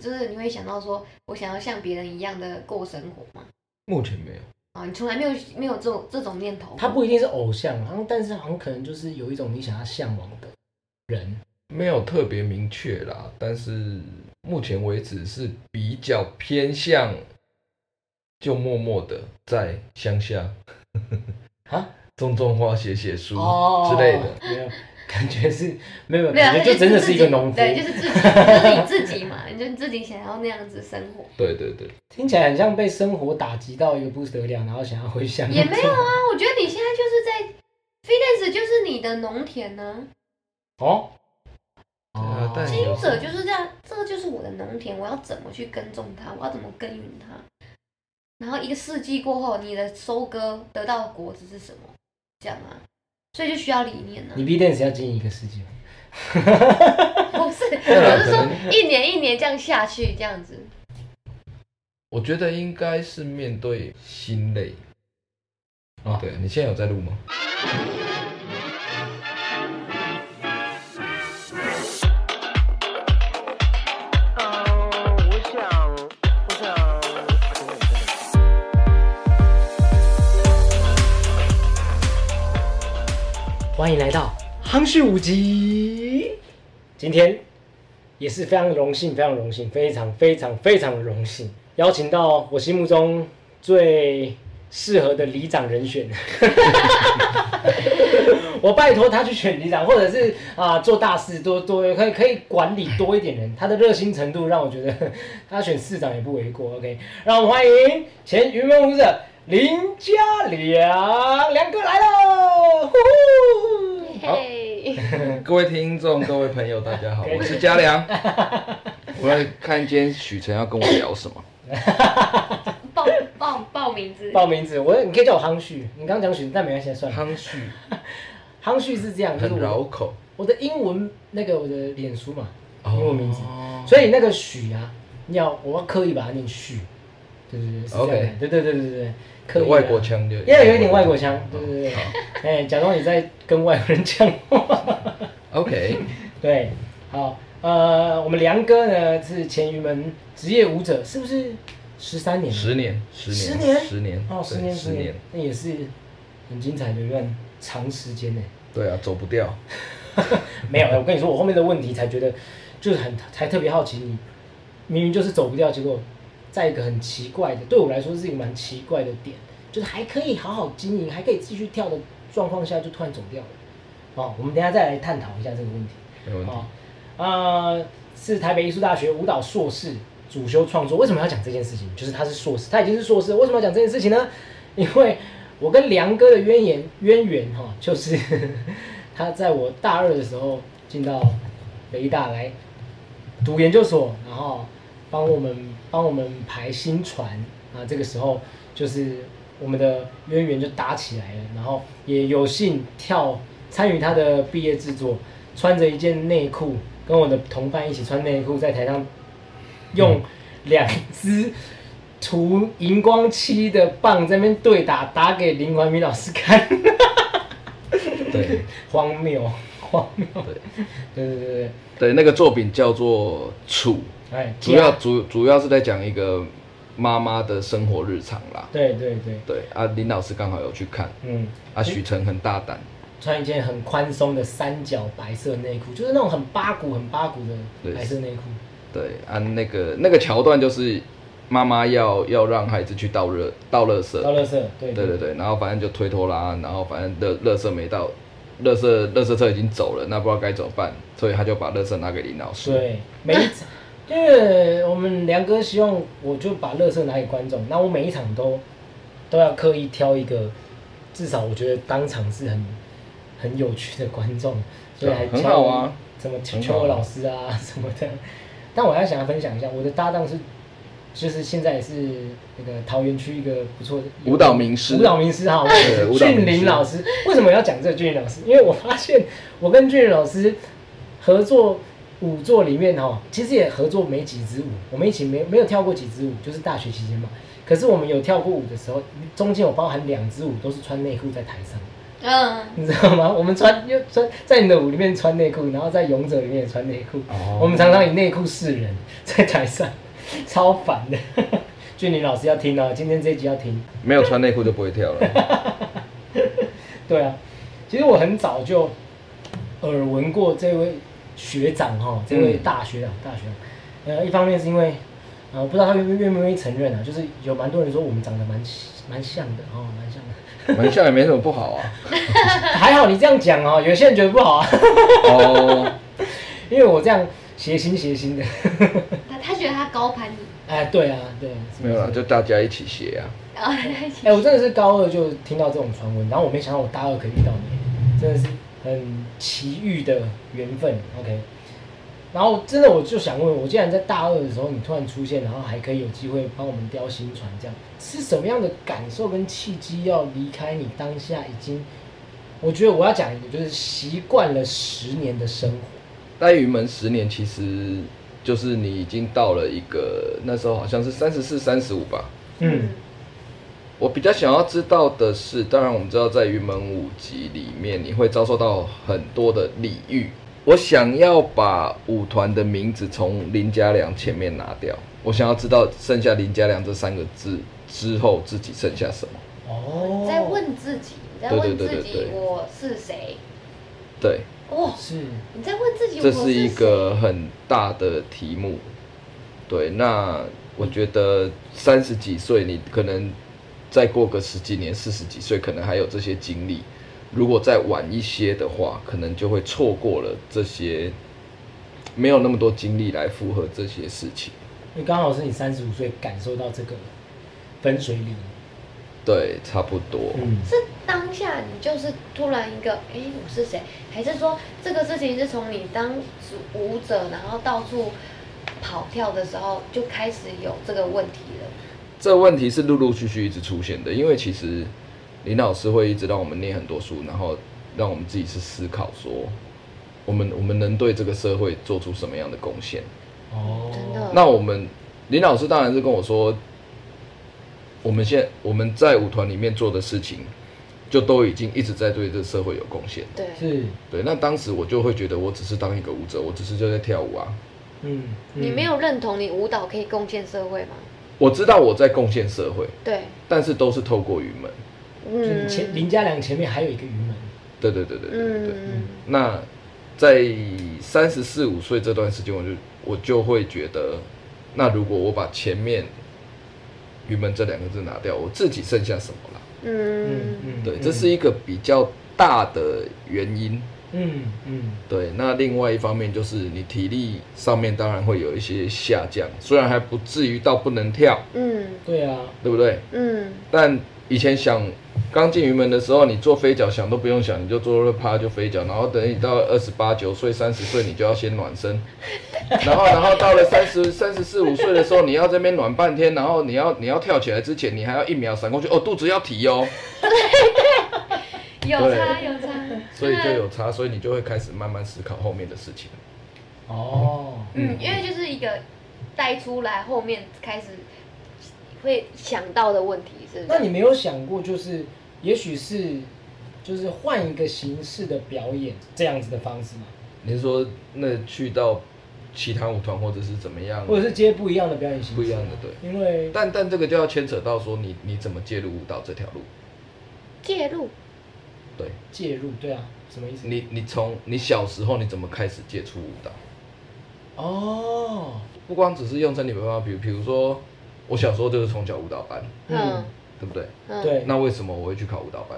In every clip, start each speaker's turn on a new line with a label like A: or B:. A: 就是你会想到说，我想要像别人一样的过生活吗？
B: 目前没有。
A: 啊，你从来没有没有这种这种念头吗。
C: 他不一定是偶像，好像但是好像可能就是有一种你想要向往的人，
B: 没有特别明确啦，但是目前为止是比较偏向，就默默的在乡下
C: 啊
B: 种种花、写写
A: 嗯
B: 书
C: 哦
B: 之类的。，
C: 没有，感觉是没有，
A: 没有，啊
C: 感
A: 他
C: 觉就真的是一个农夫，
A: 对，就是自己，就是你自己嘛，你就你自己想要那样子生活。啊
B: 对对对，
C: 听起来很像被生活打击到一个不得了，然后想要回乡。
A: 也没有啊，我觉得你现在就是在 freelance 就是你的农田呢、
C: 哦，
B: 啊但
A: 经营者就是这样，这个就是我的农田，我要怎么去耕种它，我要怎么耕耘它。然后一个世纪过后，你的收割得到的果子是什么？这样啊，所以就需要理念啊呢、
C: 你 B 店只要经营一个世界，
A: 不是，
B: 啊
A: 我是
B: 可
A: 说
B: 能
A: 一年一年这样下去，这样子。
B: 我觉得应该是面对心累。
C: 哦
B: 对你现在有在录吗？
D: 嗯，我想，我想，等等等等。
C: 欢迎来到夯氏五集。今天也是非常荣幸，非常荣幸，非常非常非常荣幸，邀请到我心目中最适合的里长人选。 我拜托他去选里长，或者是啊、做大事多多可以可以管理多一点人，他的热心程度让我觉得他选市长也不为过。OK，让我们欢迎前云门舞者林嘉良，梁哥来了，呼呼。
A: 嘿，
B: 各位听众、各位朋友，大家好，
C: 可以
B: 我是嘉 良。我来看今天许晨要跟我聊什么。
A: 报报报名字，
C: 报名字，我你可以叫我夯旭，你刚刚讲许，但没关系，算了。
B: 夯旭
C: 夯旭是这样，就是
B: 很绕
C: 我
B: 口，
C: 我的英文那个我的脸书嘛，
B: 哦
C: 英文名字，所以那个许啊，你要我要刻意把它念旭，对对对，是这样的
B: OK
C: 对对对对对，刻意啊
B: 外国，腔就
C: 因为有一点外国腔，对
B: 嗯
C: 对对，哎，假装你在跟外国人讲话。
B: OK，
C: 对，好，呃，我们梁哥呢是前云门职业舞者，是不是十三年了？
B: 十年，十
C: 十
B: 年，
C: 年
B: 十年，
C: 哦，十
B: 对
C: 年
B: 十
C: 十年，那也是很精彩的一段长时间呢。
B: 对啊，走不掉。
C: 没有，我跟你说，我后面的问题才觉得就是很才特别好奇你，明明就是走不掉，结果在一个很奇怪的，对我来说是一个蛮奇怪的点，就是还可以好好经营，还可以继续跳的状况下，就突然走掉了。哦，我们等一下再来探讨一下这个问题。
B: 没问题
C: 哦，呃，是台北艺术大学舞蹈硕士，主修创作。为什么要讲这件事情？就是他是硕士，他已经是硕士了，为什么要讲这件事情呢？因为我跟梁哥的渊源渊源哈、就是 他在我大二的时候进到北大来读研究所，然后帮我们帮我们排新船啊，这个时候就是我们的渊源就搭起来了，然后也有幸跳参与他的毕业制作，穿着一件内裤，跟我的同伴一起穿内裤在台上
B: 嗯
C: 用两只涂荧光漆的棒在那边对打，打给林怀民老师看，
B: 对
C: 荒谬，荒谬，
B: 对
C: 对对对对，
B: 对，那个作品叫做《楚
C: 哎，》，
B: 主要主主要是在讲一个妈妈的生活日常啦。
C: 对对对，
B: 对啊，林老师刚好有去看
C: 嗯。
B: 啊，许晨很大胆，
C: 穿一件很宽松的三角白色内裤，就是那种很八股、很八股的
B: 对
C: 白色内裤。
B: 对啊，那个那个桥段就是妈妈要要让孩子去倒热倒垃圾，
C: 到乐色，对
B: 对对对，然后反正就推脱啦，然后反正垃垃圾没到，垃圾垃圾车已经走了，那不知道该怎么办，所以他就把垃圾拿给林老师。
C: 对，每一 场，因为我们梁哥希望我就把乐色拿给观众，那我每一场都都要刻意挑一个，至少我觉得当场是很很有趣的观众，所以还
B: 很
C: 挑
B: 好啊，
C: 什么
B: 很好
C: 邱
B: 啊
C: 老师啊 什么的。但我还想要分享一下，我的搭档是。就是现在也是那个桃园区一个不错的
B: 舞蹈名师
C: 舞蹈名师哈，
B: 对舞蹈名师
C: 俊霖老师。为什么要讲这个俊霖老师？因为我发现我跟俊霖老师合作舞作里面哈，其实也合作没几支舞，我们一起没没有跳过几支舞，就是大学期间嘛。可是我们有跳过舞的时候，中间有包含两支舞都是穿内裤在台上，
A: 嗯，
C: 你知道吗？我们穿又穿在你的舞里面穿内裤，然后在勇者里面也穿内裤。
B: 哦
C: 我们常常以内裤示人，在台上超烦的。 俊林老师要听哦，今天这一集要听。
B: 没有穿内裤就不会跳 了。
C: 对啊，其实我很早就耳闻过这位学长哈，这位
B: 嗯
C: 大学长，大学长。呃，一方面是因为，呃，不知道他愿愿不愿意承认啊，就是有蛮多人说我们长得蛮蛮像的哦，蛮像的。
B: 玩笑也没什么不好啊。
C: 还好你这样讲哦，有些人觉得不好啊，
B: 哦，
C: 因为我这样谐星谐星的。
A: 他他觉得他高攀你，
C: 哎，对啊，对，是不是
B: 没有啦，就大家一起写啊。
A: 然后在一起
C: 哎、我真的是高二就听到这种传闻，然后我没想到我大二可以遇到你，真的是很奇遇的缘分。OK，然后真的我就想问，我既然在大二的时候你突然出现，然后还可以有机会帮我们雕新船，这样是什么样的感受跟契机要离开你当下已经？我觉得我要讲一个，就是习惯了十年的生活，
B: 待鱼门十年，其实就是你已经到了一个那时候好像是三十四、三十五吧。
C: 嗯，
B: 我比较想要知道的是，当然我们知道在云门舞集里面，你会遭受到很多的礼遇。我想要把舞团的名字从林家良前面拿掉，我想要知道剩下林家良这三个字之后自己剩下什么。
C: 哦，
A: 在问自己，你在
B: 对
A: 问
B: 对对
A: 自己
B: 对对
A: 我是谁？
B: 对，
A: 哦，
C: 是
A: 你在问自己我
B: 这
A: 是
B: 是
A: 谁？
B: 一个很大的题目。对，那我觉得三十几岁，你可能再过个十几年，四十几岁，可能还有这些经历。如果再晚一些的话，可能就会错过了这些，没有那么多精力来负荷这些事情。
C: 因为刚好是你三十五岁感受到这个分水岭，
B: 对，差不多。
C: 嗯，
A: 是当下你就是突然一个，哎、我是谁？还是说这个事情是从你当舞者，然后到处跑跳的时候就开始有这个问题了？
B: 这问题是陆陆续续一直出现的，因为其实林老师会一直让我们念很多书，然后让我们自己去思考说，我们我们能对这个社会做出什么样的贡献。
C: 哦，
A: 真的
B: 那我们林老师当然是跟我说，我们现我们在舞团里面做的事情，就都已经一直在对这社会有贡献。
A: 对，
C: 是，
B: 对，那当时我就会觉得，我只是当一个舞者，我只是就在跳舞啊。
C: 嗯，
A: 你
C: 嗯
A: 没有认同你舞蹈可以贡献社会吗？
B: 我知道我在贡献社会，
A: 对，
B: 但是都是透过云门。
C: 就是
A: 嗯
C: 你前林家良前面还有一个云门，
B: 对对对对对对对。
A: 嗯，
B: 那在三十四五岁这段时间，我就我就会觉得，那如果我把前面“云门”这两个字拿掉，我自己剩下什么啦？
A: 嗯，
C: 嗯
B: 对，这是一个比较大的原因。
C: 嗯嗯
B: 对，那另外一方面就是你体力上面当然会有一些下降，虽然还不至于到不能跳，
A: 嗯，
C: 对啊，
B: 对不对？
A: 嗯，
B: 但以前想刚进云门的时候，你做飞脚想都不用想，你就做了趴就飞脚，然后等你到二十八九岁、三十岁，你就要先暖身， 然后然后到了三十三十四五岁的时候，你要这边暖半天，然后你要你要跳起来之前，你还要一秒闪过去，哦，肚子要提哦，
A: 有差有差，
B: 所以就有差，所以你就会开始慢慢思考后面的事情。
C: 哦，
A: 嗯，因为就是一个带出来后面开始会想到的问题，是不
C: 那
A: 是？
C: 你没有想过，就是也许是就是换一个形式的表演这样子的方式吗？
B: 你是说那去到其他舞团或者是怎么样？
C: 或者是接不一样的表演形式？
B: 不一样的对，
C: 因为
B: 但但这个就要牵扯到说你你怎么介入舞蹈这条路，
A: 介入，
B: 对。
C: 介入，对啊，什么意思？
B: 你你从你小时候你怎么开始接触舞蹈？
C: 哦，
B: 不光只是用身体没办法，比如比如说我小时候就是从小舞蹈班，
A: 嗯
C: 嗯
B: 对不对？
A: 嗯，
C: 对，
B: 那为什么我会去考舞蹈班？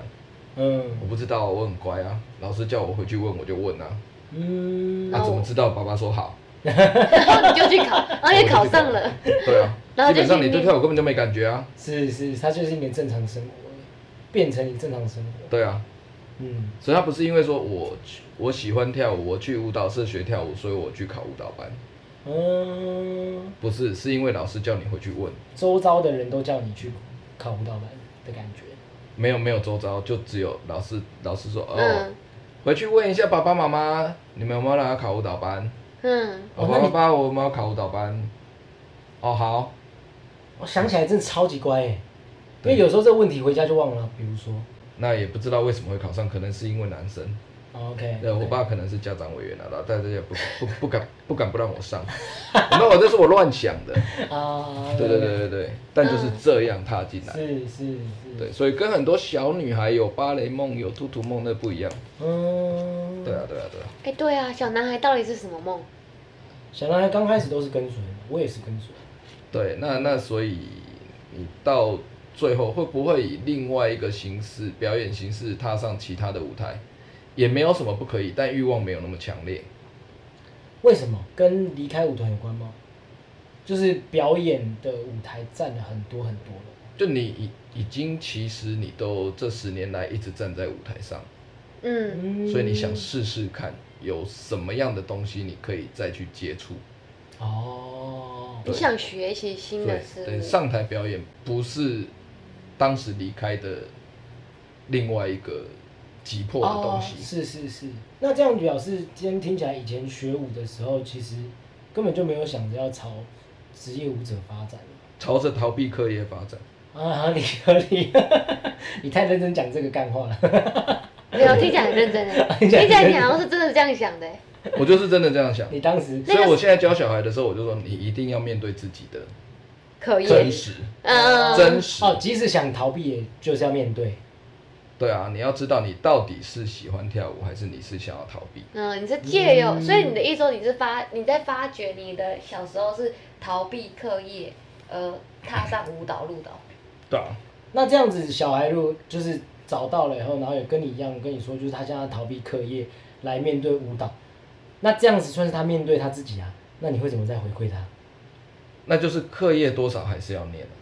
B: 我
C: 嗯
B: 不知道，我很乖啊，老师叫我回去问我就问啊。
C: 嗯
B: 那、
A: 哦
B: 怎么知道？爸爸说好，
A: 然后你就去考，然后也考上了，
B: 对啊
A: 然，后
B: 基
A: 就
B: 本上你
A: 去
B: 对跳舞根本就没感觉啊，
C: 是是，它就是你的正常生活，变成你正常生活，
B: 对啊。
C: 嗯
B: 所以他不是因为说我去我喜欢跳舞，我去舞蹈社学跳舞，所以我去考舞蹈班，
C: 嗯。
B: 不是，是因为老师叫你回去问，
C: 周遭的人都叫你去考舞蹈班的感觉。
B: 没有没有周遭，就只有老师老师说哦。
A: 嗯
B: 回去问一下爸爸妈妈，你们有没有让他考舞蹈班？
A: 嗯，
B: 哦，
C: 哦
B: 爸爸
C: 那你
B: 妈妈，我有没有考舞蹈班？哦，好，
C: 我想起来真的超级乖哎，因
B: 对
C: 为有时候这个问题回家就忘了。比如说，
B: 那也不知道为什么会考上，可能是因为男生。
C: 哦 OK，
B: 对，我爸可能是家长委员啊拿到，但是也不不不敢不敢不让我上。 那我这是我乱想 的，
C: 啊，
B: 对对对对对，但就是这样踏进来。
C: 是是是，
B: 对，，所以跟很多小女孩有芭蕾梦、有兔兔梦那不一样。
C: 嗯，
B: 对啊，对啊，对啊。
A: 哎、对啊，小男孩到底是什么梦？
C: 小男孩刚开始都是跟随，我也是跟随，
B: 对，那那所以你到最后会不会以另外一个形式表演形式踏上其他的舞台，也没有什么不可以，但欲望没有那么强烈。
C: 为什么？跟离开舞团有关吗？就是表演的舞台占了很多很多了，
B: 就你已已经其实你都这十年来一直站在舞台上，
A: 嗯，
C: 嗯
B: 所以你想试试看有什么样的东西你可以再去接触。
C: 哦，
A: 你想学习新
B: 对
A: 的事
B: 对，
A: 物，
B: 上台表演不是当时离开的另外一个急迫的东西。
C: 哦是是是，那这样表示，今天听起来以前学舞的时候，其实根本就没有想着要朝职业舞者发展
B: 朝着逃避课业发展。
C: 啊，合理合理， 你太认真讲这个干话了，
A: 没有听起来很认真哎，听
C: 听起
A: 起
C: 来很
A: 来
C: 认真
A: 你好像是真的这样想的哎。
B: 我就是真的这样想，
C: 你当时
B: 所以我现在教小孩的时候，我就说你一定要面对自己的
A: 可以，欸
B: 真实，
A: 嗯，
B: 真实。
C: 哦，即使想逃避，也就是要面对，
B: 对啊，你要知道你到底是喜欢跳舞，还是你是想要逃避。
A: 嗯，你是借由，
C: 嗯
A: 所以你的意思说你是发你在发掘你的小时候是逃避课业，而踏上舞蹈路的哦。
B: 对啊，
C: 那这样子，小孩如果就是找到了以后，然后也跟你一样跟你说，就是他现在逃避课业来面对舞蹈，那这样子算是他面对他自己啊。那你会怎么再回馈他？
B: 那就是课业多少还是要念啊。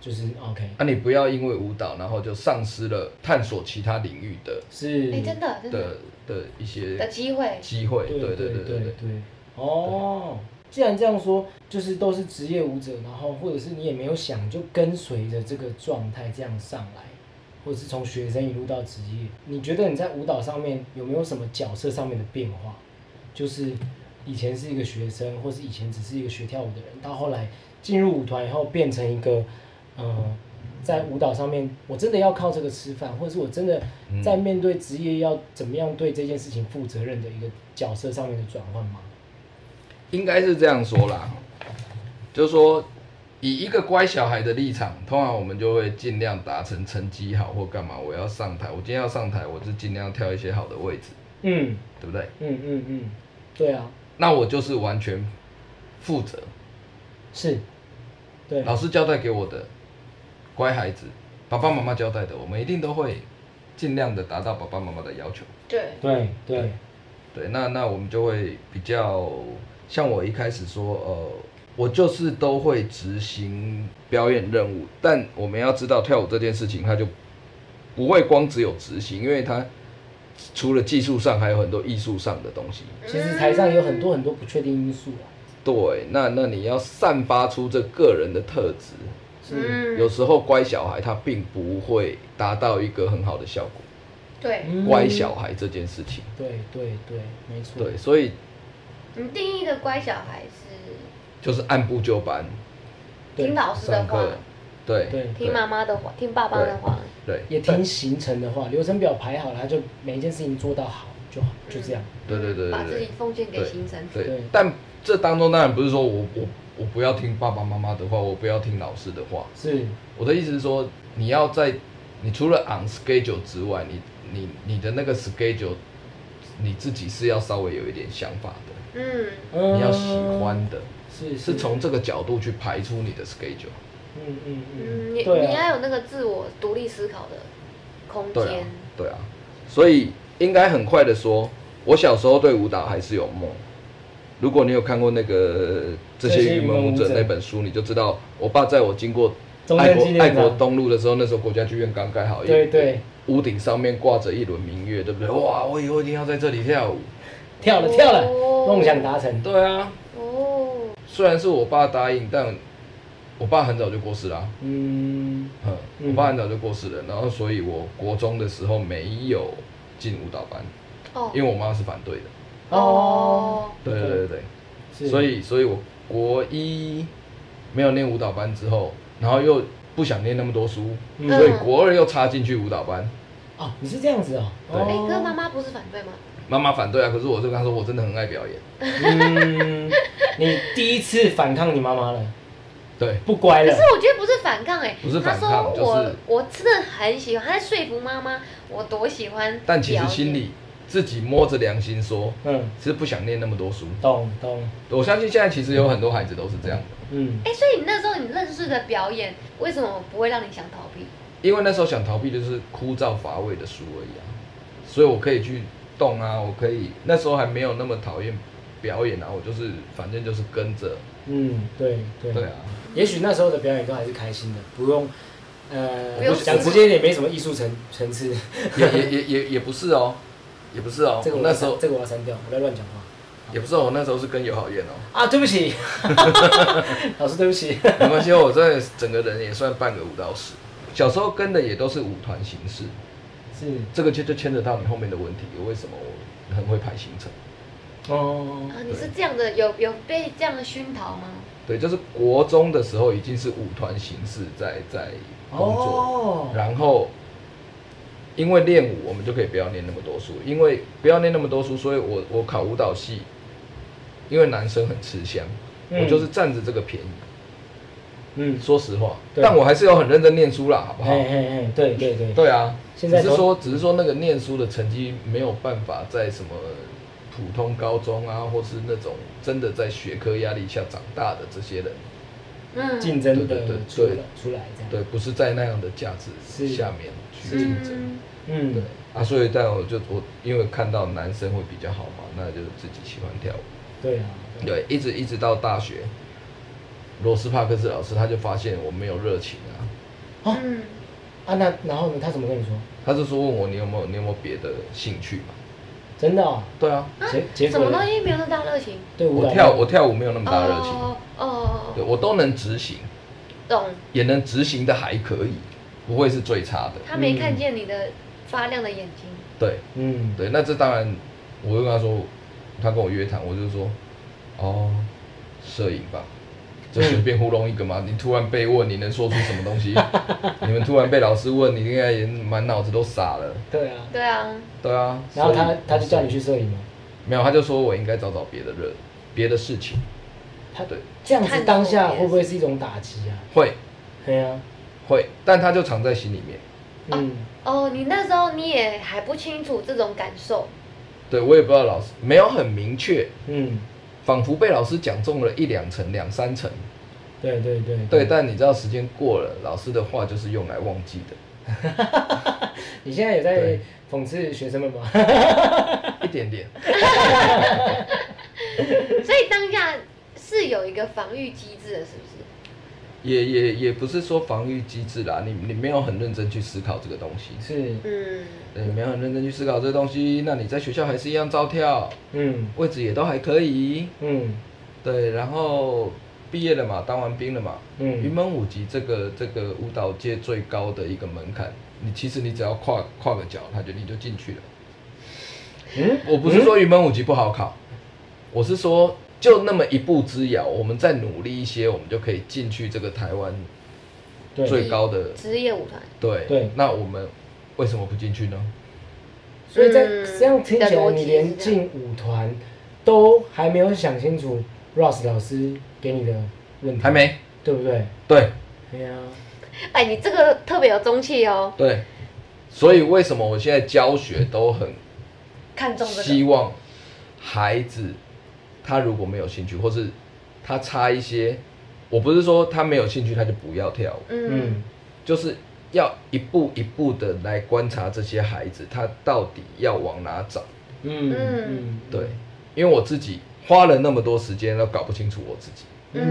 C: 就是 OK，
B: 啊你不要因为舞蹈，然后就丧失了探索其他领域的
C: 是，
A: 哎，真的真的
B: 的的
A: 的
B: 一些
A: 机会，
B: 机会。
C: 对
B: 对对
C: 对
B: 对对
C: 对
B: 对。
C: 对。哦，既然这样说，就是都是职业舞者，然后或者是你也没有想，就跟随着这个状态这样上来，或者是从学生一路到职业，你觉得你在舞蹈上面有没有什么角色上面的变化？就是以前是一个学生，或是以前只是一个学跳舞的人，到后来进入舞团以后，变成一个，呃。在舞蹈上面，我真的要靠这个吃饭，或者是我真的在面对职业要怎么样对这件事情负责任的一个角色上面的转换吗？
B: 应该是这样说啦，就是说以一个乖小孩的立场，通常我们就会尽量达成成绩好或干嘛。我要上台，我今天要上台，我就尽量挑一些好的位置，
C: 嗯
B: 对不对？
C: 嗯嗯嗯，对啊，
B: 那我就是完全负责
C: 是，对，
B: 老师交代给我的，乖孩子，爸爸妈妈交代的，我们一定都会尽量的达到爸爸妈妈的要求。
A: 对，
C: 对对，
B: 对，那那我们就会比较像我一开始说，呃，我就是都会执行表演任务，但我们要知道跳舞这件事情，它就不会光只有执行，因为它除了技术上，还有很多艺术上的东西。
C: 其实台上有很多很多不确定因素啊，
B: 对，那那你要散发出这个人的特质，
C: 是，
A: 嗯，
B: 有时候乖小孩他并不会达到一个很好的效果，
A: 对，
C: 嗯
B: 乖小，孩这件事情，
C: 对对对，没错，
B: 对，所以
A: 你定义的乖小孩是
B: 就是按部就班，
C: 对
A: 听老师的
B: 上
A: 话
B: 课，，对
C: 对
A: 听妈妈的话，听爸爸的话，
B: 对，
C: 也听行程的话，流程表排好了，他就每一件事情做到好就好，就这样，
B: 对对对对
A: 把自己
B: 对
A: 奉献给行程，
B: 对
C: 对。
B: 但这当中当然不是说我我我不要听爸爸妈妈的话，我不要听老师的话。
C: 是，
B: 我的意思是说，你要在你除了 on schedule 之外，你你你的那个 schedule 你自己是要稍微有一点想法的，
A: 嗯，
C: 你
B: 你要喜欢，的，
C: 是
B: 是从，这个角度去排出你的 schedule。
C: 嗯嗯
A: 嗯，
C: 嗯，
A: 你
C: 对啊
A: 你要有那个自我独立思考的空
B: 对啊
A: 间，，
B: 对啊，所以应该很快的说，我小时候对舞蹈还是有梦。如果你有看过那个《这
C: 这
B: 些
C: 些
B: 云
C: 云
B: 门
C: 门
B: 舞
C: 舞
B: 者
C: 者》
B: 那本书，你就知道，我爸在我经过
C: 中
B: 爱
C: 正纪
B: 国爱
C: 念
B: 国
C: 堂，
B: 东路的时候，那时候国家剧院刚盖好，
C: 对对，
B: 屋顶上面挂着一轮明月，对不对？哇，我以后一定要在这里跳舞。
C: 跳了跳了，
A: 哦
C: 梦想达成，
B: 对啊，
A: 哦，
B: 虽然是我爸答应，但我爸很早就过世啦、
C: 嗯，
B: 嗯，
C: 嗯
B: 我爸很早就过世了，然后所以我国中的时候没有进舞蹈班，
A: 哦，
B: 因为我妈是反对的。
C: 哦，
B: 对对对对
C: 是
B: 所以所以我国一没有念舞蹈班之后，然后又不想念那么多书，
C: 嗯
B: 所以国二又插进去舞蹈班，
C: 哦，你是这样子哦。
B: 对
A: 哎、
C: 哦
A: 可是妈妈不是反对吗？
B: 妈妈反对啊，可是我就跟她说，我真的很爱表演。
C: 嗯，你第一次反抗你妈妈了，
B: 对，
C: 不乖
A: 可
C: 了
A: 是。我觉得不是反抗哎、
B: 不是
A: 他
B: 反
A: 说
B: 抗
A: 我、
B: 就是
A: 我真的很喜欢，他在说服妈妈我多喜欢，
B: 但其实心里自己摸着良心说，
C: 嗯，
B: 是不想念那么多书。
C: 懂懂。
B: 我相信现在其实有很多孩子都是这样的，
C: 嗯
A: 哎、所以你那时候你认识的表演为什么不会让你想逃避？
B: 因为那时候想逃避就是枯燥乏味的书而已啊，所以我可以去动啊，我可以那时候还没有那么讨厌表演啊，我就是反正就是跟着，
C: 嗯，对对。
B: 对啊，
C: 也许那时候的表演都还是开心的，不用。呃
A: 不用，
C: 讲直接一点，没什么艺术层层次。
B: 也也也也也不是哦，也不是哦，
C: 这个我要
B: 那时候
C: 删这个我要删掉，我在乱讲话。
B: 也不是哦，我那时候是跟友好燕哦，
C: 啊，对 不起，老师，对不起。
B: 没关系哦，我这整个人也算半个舞蹈史，小时候跟的也都是舞团形式，
C: 是
B: 这个就就牵扯到你后面的问题，为什么我很会排行程？
C: 哦，
A: 啊，你是这样的，有有被这样的熏陶吗？
B: 对，就是国中的时候已经是舞团形式在在工作，
C: 哦，
B: 然后因为练舞，我们就可以不要念那么多书，因为不要念那么多书，所以我我考舞蹈系，因为男生很吃香，
C: 嗯
B: 我就是占着这个便宜。
C: 嗯，
B: 说实话，
C: 对
B: 但我还是有很认真念书啦，好不好？
C: 嘿嘿嘿，对对对，
B: 对啊，
C: 现在
B: 只
C: 都
B: 是说只是说那个念书的成绩没有办法在什么普通高中啊，或是那种真的在学科压力下长大的这些人，
A: 嗯，
C: 竞争
B: 对对
C: 的
B: 对
C: 出来
B: 对
C: 出来这样。
B: 对，不是在那样的价值
C: 是
B: 下面去
C: 是
B: 竞争。
A: 嗯，
C: 嗯，
B: 对啊，所以但我就我因为看到男生会比较好嘛，那就自己喜欢跳舞。
C: 对啊，对
B: 对，一直一直到大学，罗斯帕克斯老师他就发现我没有热情啊，
C: 哦
A: 嗯，
C: 啊，那然后呢？他怎么跟你说？
B: 他就说问我你有没有你有没有别的兴趣嘛？
C: 真的哦，
B: 对啊，
A: 啊
C: 结结
A: 什
C: 果
A: 么东
C: 呢？
A: 西没有那么大热情？
C: 对舞蹈
B: 我
C: 呢
B: 跳我跳舞没有那么大热情，
A: 哦哦
B: 对
A: 哦，
B: 我都能执行，
A: 懂，
B: 也能执行的还可以，不会是最差的。
A: 他没看见你的发亮的眼睛，
B: 对
C: 嗯，
B: 对，那这当然，我就跟他说，他跟我约谈，我就说，哦，摄影吧，就随便糊弄一个嘛。
C: 嗯
B: 你突然被问，你能说出什么东 西？你们突然被老师问，你应该也满脑子都傻了。
C: 对啊。
A: 对啊，
B: 对啊，
C: 然后他
B: 所以
C: 他就叫你去摄影吗？
B: 没有，他就说我应该找找别的热别的事情。
C: 他
B: 对
C: 这样
A: 探索
C: 子当
A: 别
C: 下会
A: 人
C: 不会是一种打击啊？
B: 会
C: 对啊，
B: 会，但他就藏在心里面。
C: 嗯，
A: 哦，你那时候你也还不清楚这种感受，
B: 对我也不知道老师没有很明确，
C: 嗯，
B: 仿佛被老师讲中了一两层、两三层。
C: 对对对
B: 对，但你知道时间过了，老师的话就是用来忘记的，
C: 你现在也在
B: 对
C: 讽刺学生们 吗？
B: 一点点。
A: 所以当下是有一个防御机制的，是不是？
B: 也也也不是说防御机制啦，你你没有很认真去思考这个东西，
C: 是，
A: 嗯，
B: 对你没有很认真去思考这个东西，那你在学校还是一样照跳，
C: 嗯
B: 位置也都还可以，
C: 嗯
B: 对，然后毕业了嘛，当完兵了嘛，云
C: 嗯，
B: 门舞集这个这个舞蹈界最高的一个门槛，你其实你只要跨跨个脚，他就你就进去了。
C: 嗯，
B: 我不是说云门舞集不好考，我是说就那么一步之遥，我们再努力一些，我们就可以进去这个台湾
C: 对
B: 最高的
A: 职业舞团，
B: 对
C: 对
B: 那我们为什么不进去呢？
C: 所以在
A: 嗯
C: 这样听起
A: 你的
C: 来，
A: 逻辑
C: 你
A: 是
C: 连
A: 这样
C: 进舞团都还没有想清楚 Ross 老师给你的问题，
B: 还，没
C: 对不对？
B: 对
C: 对啊呀、
A: 哎，你这个特别有中气哦，
B: 对，所以为什么我现在教学都很
A: 看中这
B: 希
A: 个，
B: 望孩子他如果没有兴趣，或是他差一些，我不是说他没有兴趣他就不要跳舞，
A: 嗯
C: 嗯，
B: 就是要一步一步的来观察这些孩子，他到底要往哪走。
C: 嗯
A: 嗯
C: 嗯，
B: 对，因为我自己花了那么多时间，都搞不清楚我自己。
A: 嗯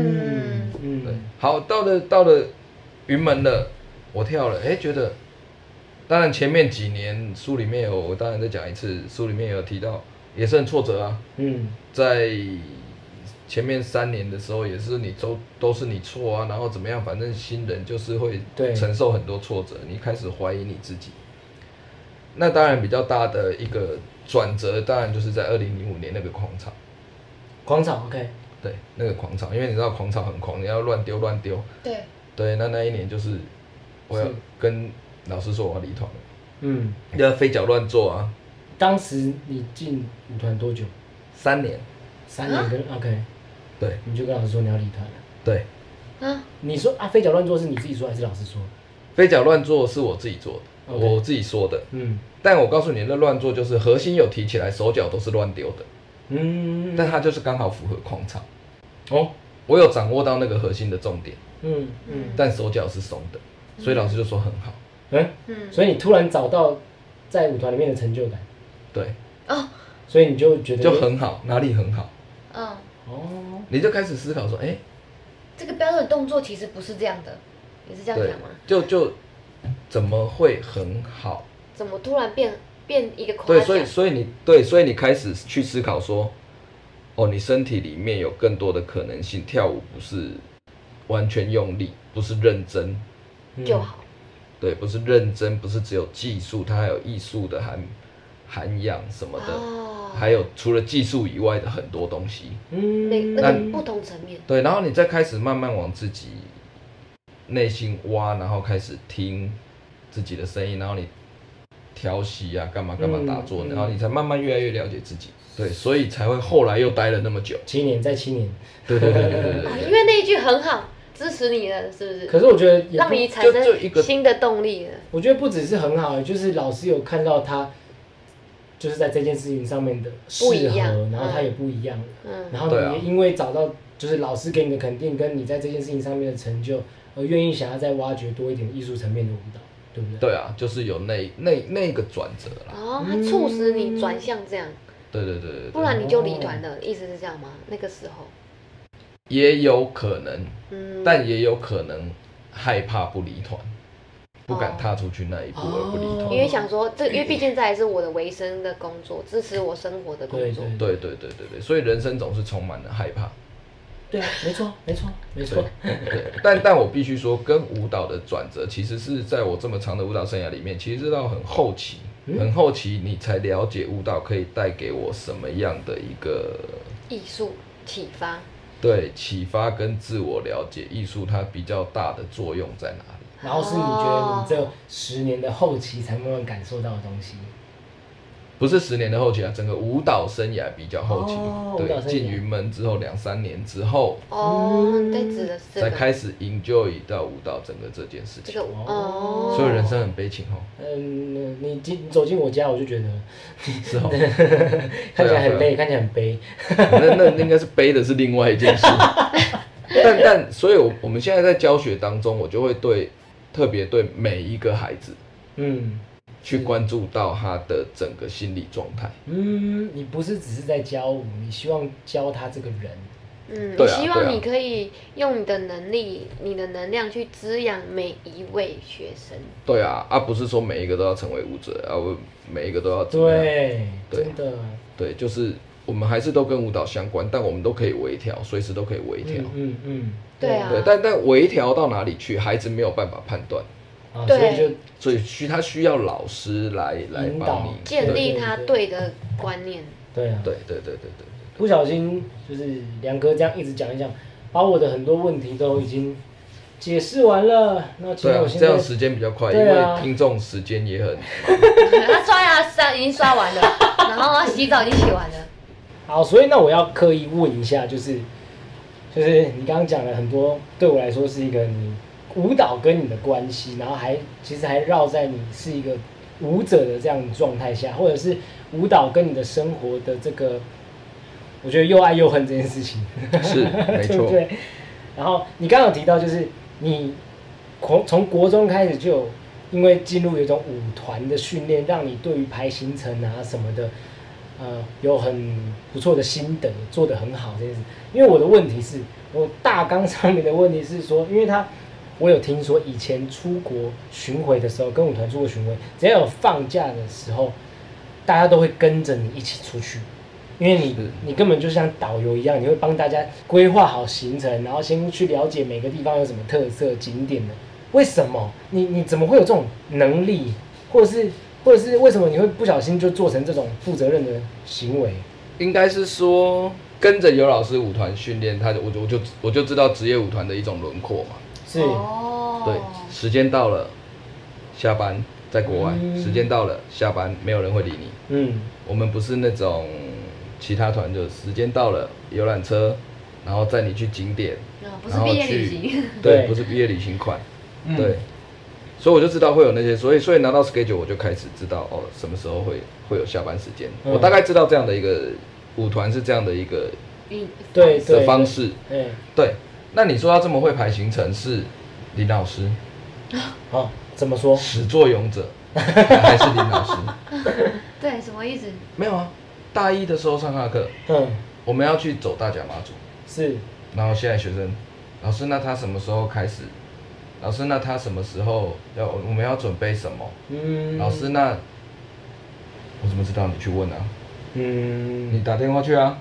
C: 嗯
B: 对
C: 嗯，，
B: 好，到了到了云门了，我跳了，哎，觉得，当然前面几年书里面有，我当然再讲一次，书里面有提到，也是很挫折啊，
C: 嗯
B: 在前面三年的时候，也是你都都是你错啊，然后怎么样，反正新人就是会
C: 对
B: 承受很多挫折，你开始怀疑你自己。那当然比较大的一个转折，当然就是在二零零五年那个狂潮，
C: 广场 OK，
B: 对，那个狂潮，因为你知道狂潮很狂，你要乱丢乱丢，
A: 对，
B: 对，那那一年就是我要
C: 是
B: 跟老师说我要离团了，
C: 嗯，
B: 要飞脚乱做啊，
C: 当时你进舞团多久？
B: 三年，
C: 三
A: 啊
C: 年跟、OK，
B: 对
C: 你就跟老师说你要离团了。
B: 对，
A: 啊，
C: 你说啊，飞脚乱做是你自己说还是老师说？
B: 飞脚乱做是我自己做的
C: OK
B: 我自己说的，
C: 嗯
B: 但我告诉你，那乱做就是核心有提起来，手脚都是乱丢的，
C: 嗯，
B: 但它就是刚好符合框场，
C: 哦，
B: 我有掌握到那个核心的重点，
C: 嗯嗯，
B: 但手脚是松的，所以老师就说很好，
C: 哎、
A: 嗯，
C: 所以你突然找到在舞团里面的成就感，
B: 对，
A: 哦，
C: 所以你就觉得
B: 就很好，哪里很好，
A: 嗯，
C: 哦，
B: 你就开始思考说，哎、
A: 这个标准动作其实不是这样的，你是这样
B: 对
A: 讲吗？，
B: 就就怎么会很好？
A: 怎么突然变变一个夸
B: 对，
A: 奖？
B: 所以所以你对，所以你开始去思考说，哦，你身体里面有更多的可能性，跳舞不是完全用力，不是认真，
C: 嗯
A: 就好，
B: 对，不是认真，不是只有技术，它还有艺术的涵涵养什么的，
A: 哦
B: 还有除了技术以外的很多东西。
C: 嗯，
A: 那那
B: 但
A: 个不同层面，
B: 对，然后你再开始慢慢往自己内心挖，然后开始听自己的声音，然后你调息啊，干嘛干嘛
C: 嗯
B: 打坐，
C: 嗯
B: 然后你才慢慢越来越了解自己。对，所以才会后来又待了那么久。
C: 七年再七年，
B: 对对对对 对
A: 啊，
B: 对
A: 因为那一句很好，支持你了，是不
C: 可
A: 是？
C: 是我觉得
A: 呃
C: 也
A: 让
C: 不
A: 你产
B: 就就一个
A: 生新的动力了。
C: 我觉得不只是很好，欸就是老师有看到他，就是在这件事情上面的适
A: 不一
C: 合，
A: 样
C: 然后他
A: 嗯
C: 也不一样了，
A: 嗯
C: 然后
B: 对啊
C: 你也因为找到就是老师给你的肯定，跟你在这件事情上面的成就，而愿意想要再挖掘多一点艺术层面的舞蹈，对不对？
B: 对啊，就是有那那那个转折啦。
A: 哦，它促使你转向这样，
B: 对对对对对，
A: 不然你就离团了，意思是这样吗？那个时候，
B: 也有可能，
A: 嗯，
B: 但也有可能害怕不离团，不敢
A: 哦
B: 踏出去那一步而不离团。
A: 因为想说这，因为毕竟这还是我的维生的工作，支持我生活的工
C: 对
A: 作。
C: 对
B: 对对对对对，所以人生总是充满了害怕。
C: 对啊，没错没错没
B: 对
C: 错，，
B: 对， 但但我必须说，跟舞蹈的转折，其实是在我这么长的舞蹈生涯里面，其实是到很后期，
C: 嗯
B: 很后期你才了解舞蹈可以带给我什么样的一个
A: 艺术启发，
B: 对启发跟自我了解，艺术它比较大的作用在哪里？
C: 然后是你觉得你这十年的后期才慢慢感受到的东西，
B: 不是十年的后期啊，整个舞蹈生涯比较后期，
C: 哦舞蹈
B: 对，
C: 生涯
B: 进云门之后两三年之后，
A: 哦，
C: 嗯
A: 你在指的是这
B: 才
A: 个
B: 开始 enjoy 到舞蹈整个这件事
A: 这
B: 情
A: 个，哦，
B: 所以人生很悲情哦，
C: 嗯，你进你走进我家，我就觉得
B: 是哦。啊
C: 看起来很累，看起来很悲。
B: 那那那应该是背的是另外一件事。 但但，所以我我们现在在教学当中，我就会对特别对每一个孩子
C: 嗯
B: 去关注到他的整个心理状态。
C: 嗯，你不是只是在教舞，你希望教他这个人。
A: 嗯，
B: 对
A: 我
B: 啊
A: 希
B: 对啊
A: 望你可以用你的能力、你的能量去滋养每一位学生。
B: 对啊，啊不是说每一个都要成为舞者啊，我每一个都要怎么样
C: 对，
B: 对啊
C: 真的。
B: 对，就是我们还是都跟舞蹈相关，但我们都可以微调，随时都可以微调。
C: 嗯嗯嗯，
A: 对啊
B: 对，但但微调到哪里去，孩子没有办法判断，
C: 啊，所
A: 对
C: 以就
B: 所以需他需要老师来来
C: 引导
B: 帮你
A: 建
B: 对
A: 立他对的观念。
C: 对啊，
B: 对对对对对。
C: 不小心就是梁哥这样一直讲一讲，把我的很多问题都已经解释完了。那其
B: 对
C: 实
B: 啊
C: 我，现
B: 这
C: 在
B: 样时间比较快，因
C: 对啊
B: 为听众时间也很。
A: 他刷牙刷已经刷完 了，然后他洗澡已经洗完了。
C: 好，所以那我要刻意问一下，就是就是你刚刚讲了很多，对我来说是一个你舞蹈跟你的关系，然后还其实还绕在你是一个舞者的这样的状态下，或者是舞蹈跟你的生活的这个，我觉得又爱又恨这件事情，
B: 是 没
C: 对不
B: 错
C: 对？然后你刚刚有提到，就是你从从国中开始就有因为进入有一种舞团的训练，让你对于排行程啊什么的，呃，有很不错的心得，做得很好这件事。因为我的问题是，我大纲上面的问题是说，因为他我有听说以前出国巡回的时候，跟舞团出国巡回，只要有放假的时候，大家都会跟着你一起出去。因为你
B: 是
C: 你根本就像导游一样，你会帮大家规划好行程，然后先去了解每个地方有什么特色景点的。为什么你你怎么会有这种能力，或者是或者是为什么你会不小心就做成这种负责任的行为？
B: 应该是说跟着尤老师舞团训练，他就我就我就我就知道职业舞团的一种轮廓嘛。
C: 是、
A: 哦
B: 对，时间到了，下班在国外，
C: 嗯
B: 时间到了，下班没有人会理你。
C: 嗯，
B: 我们不是那种其他团，就是时间到了，游览车，然后载你去景点，
A: 啊，不是
B: 然后
A: 毕业旅
B: 去
A: 行，
B: 对，
C: 对
B: 不是毕业旅行款，
C: 嗯
B: 对。所以我就知道会有那些，所以所以拿到 schedule 我就开始知道哦，什么时候会会有下班时间。
C: 嗯
B: 我大概知道这样的一个舞团是这样的一个
A: 嗯，
C: 对对
B: 的方式。
C: 对，
B: 对，那你说他这么会排行程是林老师
C: 好，怎么说？
B: 始作俑者，还是林老 师？
A: 对，什么意思？
B: 没有啊，大一的时候上他的课，
C: 嗯，
B: 我们要去走大甲妈祖，
C: 是，
B: 然后现在学生，老师那他什么时候开始？老师那他什么时候要我们要准备什么？
C: 嗯，
B: 老师，那我怎么知道？你去问啊，你
C: 嗯，
B: 打电话去啊，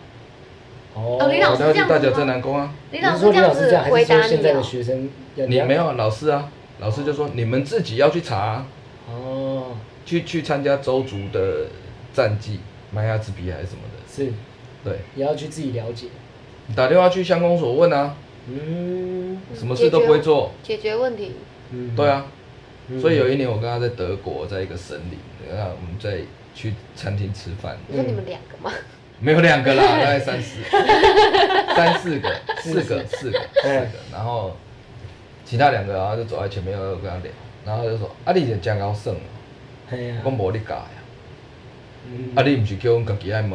C: 哦
A: 哦林老
B: 我
A: 师
B: 要
A: 这
B: 去
A: 样
B: 大
A: 子
B: 甲
A: 吗
B: 镇南宫啊。
A: 李
C: 你
A: 老
C: 是
A: 师
C: 说
A: 这
C: 林
A: 样
C: 老师
A: 子
C: 这样，还
A: 回
C: 是说
A: 答
C: 现
A: 你
C: 在的
A: 哦，
C: 学生要
B: 你没？有老师啊，老师就说你们自己要去查啊、
C: 哦，
B: 去去参加周族的战绩，麦亚之比还是什么的，
C: 是，
B: 对，
C: 也要去自己了解。
B: 你打电话去乡公所问啊，
C: 嗯
B: 什么事都不会做，
A: 解决问题，
C: 嗯
B: 对，啊。
C: 嗯
B: 所以有一年我跟他在德国，在一个森林，然后我们在去餐厅吃饭，
A: 你
C: 嗯
A: 说你们两个 吗？
B: 没有两 个啦，大概三四三四个，四个四个四个
C: 嗯，
B: 然后其他两个然后就走在前面，然后跟他聊，然后他就说啊，你就真高胜，
C: 哎呀
B: 我，无你教呀，
C: 嗯
B: 啊你毋是叫阮家己爱问，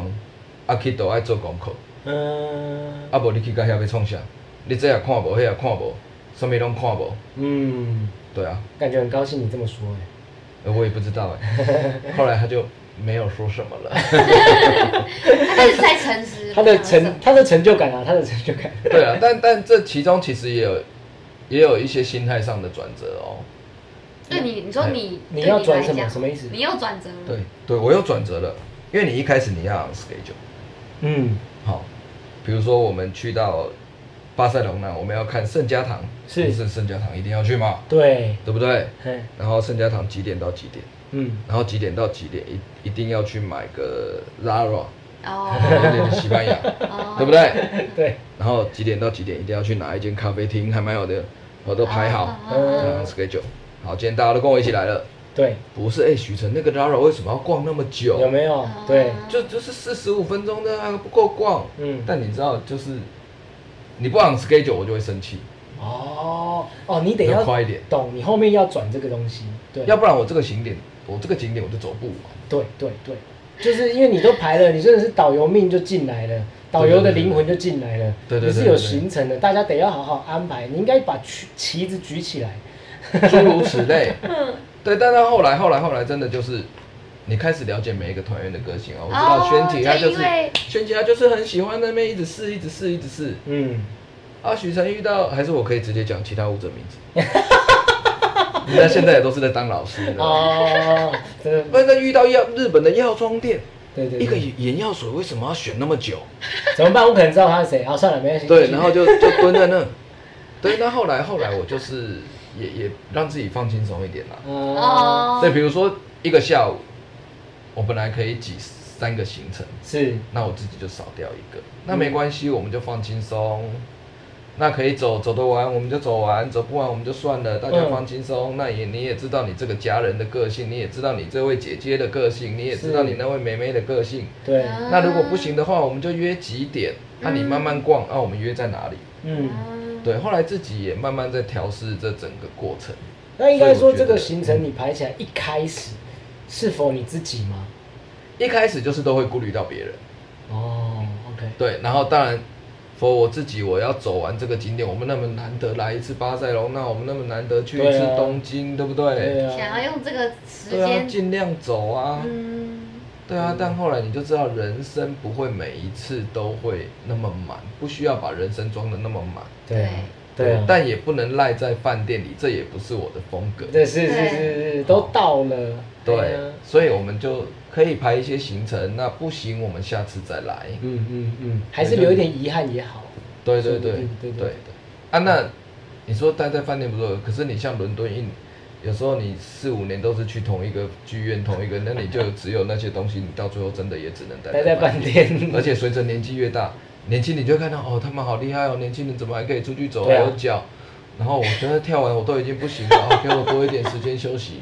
B: 啊去倒爱做功课。
C: 嗯
B: 啊无你去到遐要创啥？你这也看无，迄也看无，啥物拢看无。
C: 嗯，
B: 对啊，
C: 感觉很高兴你这么说，哎，
B: 呃我也不知道哎。后来他就没有说什么了。
A: 他这是在诚实，
C: 他的成他的成就感啊，他的成就感，
B: 对啊，但但这其中其实也有也有一些心态上的转折哦。
A: 对你，你说你
C: 哎你
A: 对
C: 要
A: 来
C: 转什么
A: 讲
C: 什么意思
A: 你要转折吗？
B: 对对，我又转折了，因为你一开始你要 schedule
C: 嗯，
B: 好，比如说我们去到巴塞隆那，我们要看圣家堂，
C: 是
B: 不是圣家堂一定要去嘛，
C: 对，
B: 对不对？
C: 嘿，
B: 然后圣家堂几点到几点？
C: 嗯，
B: 然后几点到几点一一定要去买个 Zara，有
A: 哦，
B: 点西 班牙，
A: 哦
B: 对不？对？
C: 对，
B: 然后几点到几点一定要去哪一间咖啡厅，还蛮好的，我都排好
A: 啊，
B: 嗯
C: 嗯，
B: ，schedule。好，今天大家都跟我一起来了。
C: 对，
B: 不是，哎、许晨那个 Lara 为什么要逛那么久？
C: 有没有？嗯
A: 哦嗯
C: 对，
B: 就就是四十五分钟的、啊、不够逛。
C: 嗯，
B: 但你知道，就是你不按 schedule，我就会生气，
C: 哦哦，你得
B: 要
C: 要
B: 快一点，
C: 懂，你后面要转这个东西，对，
B: 要不然我这个景点，我这个景点我就走不完。
C: 对对对，就是因为你都排了，你真的是导游命就进来了，导游的灵魂就进来了，
B: 对对对对
C: 你是有行程的，大家得要好好安排，你应该把旗旗子举起来，
B: 诸如此 类。
C: 嗯
B: 对，但到后来，后来，后来，真的就是你开始了解每一个团员的个性哦。我知道
A: 哦
B: 轩婷她就
A: 就是因为
B: 轩婷她就是很喜欢那边一直试，一直试，一直试。
C: 嗯，
B: 啊，许晨遇到还是我可以直接讲其他舞者名字。 人家现在也都是在当老师的。
C: 哦，真的，
B: 不然遇到药日本的药妆店，
C: 对对
B: 一个
C: 对，
B: 眼药水为什么要选那么久？
C: 怎么办？我可能知道他是谁，啊，算了，没关系，
B: 对，然后就就蹲在那。对，那后来后来我就是也也让自己放轻松一点啦。
C: 哦，
A: 哦，
B: 对，比如说一个下午，我本来可以挤三个行程，
C: 是，
B: 那我自己就少掉一个，那
C: 嗯
B: 没关系，我们就放轻松。那可以走，走得完我们就走完，走不完我们就算了，大家
C: 嗯
B: 放轻松。那也你也知道你这个家人的个性，你也知道你这位姐姐的个性，你也知道
C: 是嗯
B: 你那位妹妹的个性。
C: 对，
A: 啊
B: 那如果不行的话，我们就约几点？那、你慢慢逛，啊那、我们约在哪里？
C: 嗯。
A: 嗯，
B: 对，后来自己也慢慢在调试这整个过程。
C: 那应该说这个行程你排起来一开始是否你自己吗？
B: 一开始就是都会顾虑到别人，
C: 哦，OK，
B: 对，然后当然，for 我自己，我要走完这个景点，我们那么难得来一次巴塞隆那，我们那么难得去一次
C: 对啊
B: 东京，对不对？
C: 对啊，
A: 想要用这个时
B: 对啊，
A: 间，
B: 尽量走啊，
A: 嗯，
B: 对啊。但后来你就知道，人生不会每一次都会那么满，不需要把人生装的那么满。
C: 对啊，对啊，
B: 但也不能赖在饭店里，这也不是我的风格。
C: 对是是是是，都到了，
B: 对
C: 啊，
B: 所以我们就可以排一些行程，那不行我们下次再来。
C: 嗯嗯嗯，还是留一点遗憾也好，
B: 对对对
C: 说不定
B: 对
C: 对对
B: 对啊，那你说待在饭店不错，可是你像伦敦一，有时候你四五年都是去同一个剧院、同一个，那你就只有那些东西，你到最后真的也只能待
C: 待在
B: 饭
C: 饭店，
B: 而且随着年纪越大，年轻你就会看到哦，他们好厉害哦，年轻人怎么还可以出去走还
C: 对啊
B: 有 脚？然后我觉得跳完我都已经不行了，哦给我多一点时间休息。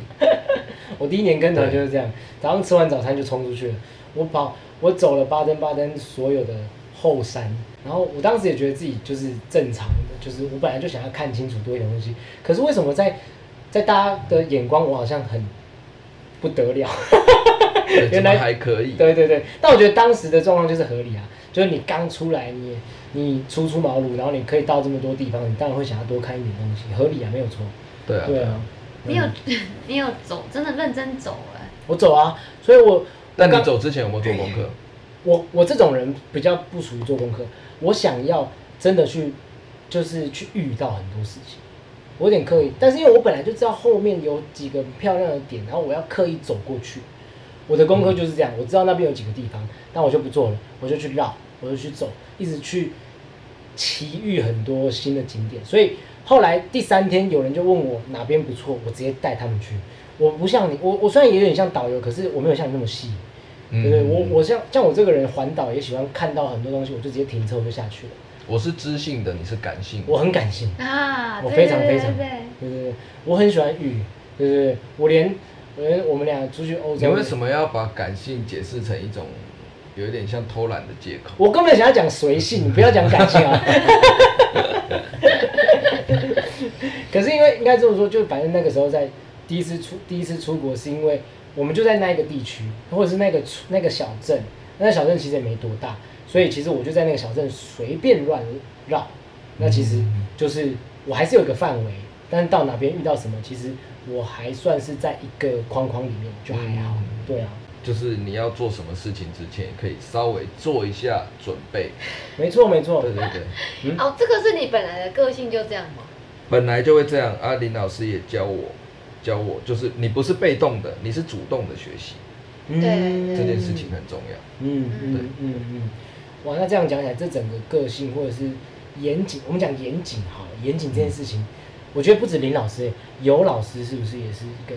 C: 我第一年跟团
B: 对
C: 就是这样，早上吃完早餐就冲出去了。我跑，我走了巴登巴登所有的后山，然后我当时也觉得自己就是正常的，就是我本来就想要看清楚多一点东西，可是为什么在在大家的眼光我好像很不得了？
B: 对
C: 原
B: 怎
C: 来
B: 么还可以，
C: 对对对，但我觉得当时的状况就是合理啊，就是你刚出来你，也你初出茅庐，然后你可以到这么多地方，你当然会想要多看一点东西，合理啊，没有错。
B: 对啊，
C: 对啊，
A: 你有 你有走，真的认真走了，
C: 我走啊，所以我
B: 但你
C: 我刚
B: 走之前有没有做功课？
C: 我我这种人比较不属于做功课，我想要真的去就是去遇到很多事情，我有点刻意，但是因为我本来就知道后面有几个漂亮的点，然后我要刻意走过去。我的功课就是这样，我知道那边有几个地方，但我就不做了，我就去绕，我就去走，一直去奇遇很多新的景点。所以后来第三天有人就问我哪边不错，我直接带他们去。我不像你，我我虽然也有点像导游，可是我没有像你那么细。
B: 嗯
C: 对对，我我像像我这个人环岛也喜欢看到很多东西，我就直接停车我就下去了。
B: 我是知性的，你是感性的，
C: 我很感性，
A: 啊，
C: 我
A: 对
C: 非常
A: 对
C: 非常
A: 对对对
C: 对对对，我很喜欢雨，对对对，我连我连我们俩出去欧
B: 你
C: 洲，
B: 为什？么要把感性解释成一种有一点像偷懒的借口？
C: 我根本想要讲随性，你不要讲感性啊。可是因为应该这么说，就反正那个时候在第一次出第一次出国，是因为我们就在那一个地区，或者是那个出那个小镇，那个小镇其实也没多大，所以其实我就在那个小镇随便乱绕。那其实就是我还是有一个范围，但是到哪边遇到什么，其实我还算是在一个框框里面，就还好。
B: 嗯
C: 对啊，
B: 就是你要做什么事情之前，可以稍微做一下准备。
C: 没错没错
B: 对，对对，
C: 嗯
A: 哦，这个是你本来的个性就这样吗？
B: 本来就会这样啊。林老师也教我，教我就是你不是被动的，你是主动的学习，
C: 嗯
A: 对
B: 这件事情很重要。
C: 嗯
B: 对
C: 嗯嗯嗯，哇，那这样讲起来，这整个个性或者是严谨，我们讲严谨好了，严谨
A: 嗯
C: 这件事情，我觉得不止林老师欸，尤老师是不是也是一个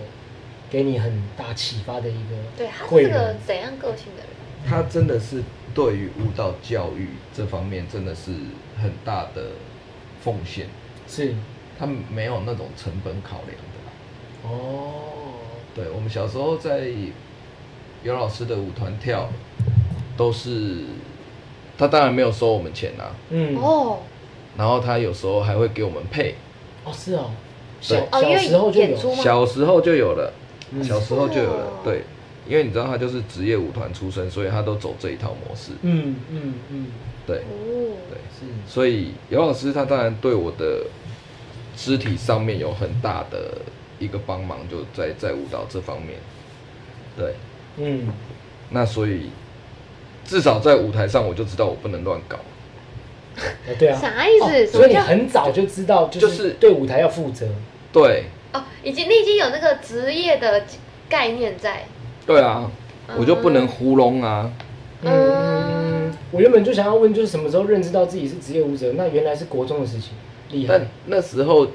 C: 给你很大启发的一个
A: 对，他
C: 贵
A: 是个
C: 人？
A: 怎样个性的人？
B: 他真的是对于舞蹈教育这方面真的是很大的奉献，
C: 是
B: 他没有那种成本考量的啦。
C: 哦，
B: 对，我们小时候在尤老师的舞团跳，都是他当然没有收我们钱啦、啊
C: 嗯哦
A: 哦
B: 然后他有时候还会给我们配，
C: 是哦，小
B: 对
A: 哦，
C: 小
A: 因为
C: 时候就
A: 演
C: 有
A: 出吗？
B: 小时候就有了，
C: 嗯
B: 小时候就有
A: 哦
B: 了，对，因为你知道他就是职业舞团出身，所以他都走这一套模式，
C: 嗯嗯嗯，
B: 对，
A: 哦，
B: 对
C: 是
B: 所以尤老师他当然对我的肢体上面有很大的一个帮忙，就在在舞蹈这方面，对，
C: 嗯
B: 那所以至少在舞台上我就知道我不能乱搞，
C: 哦对啊，
A: 啥意思？
C: 哦
A: 什
C: 所
A: 么
C: 以你
A: 叫
C: 很早就知道，就
B: 就是是
C: 对舞台要负责，
B: 对，
A: 哦，已经你已经有那个职业的概念在，
B: 对啊，
A: 嗯
B: 我就不能糊弄啊，
C: 嗯，嗯我原本就想要问，就是什么时候认知到自己是职业舞者？那原来是国中的事情，厉害
B: 但。那时候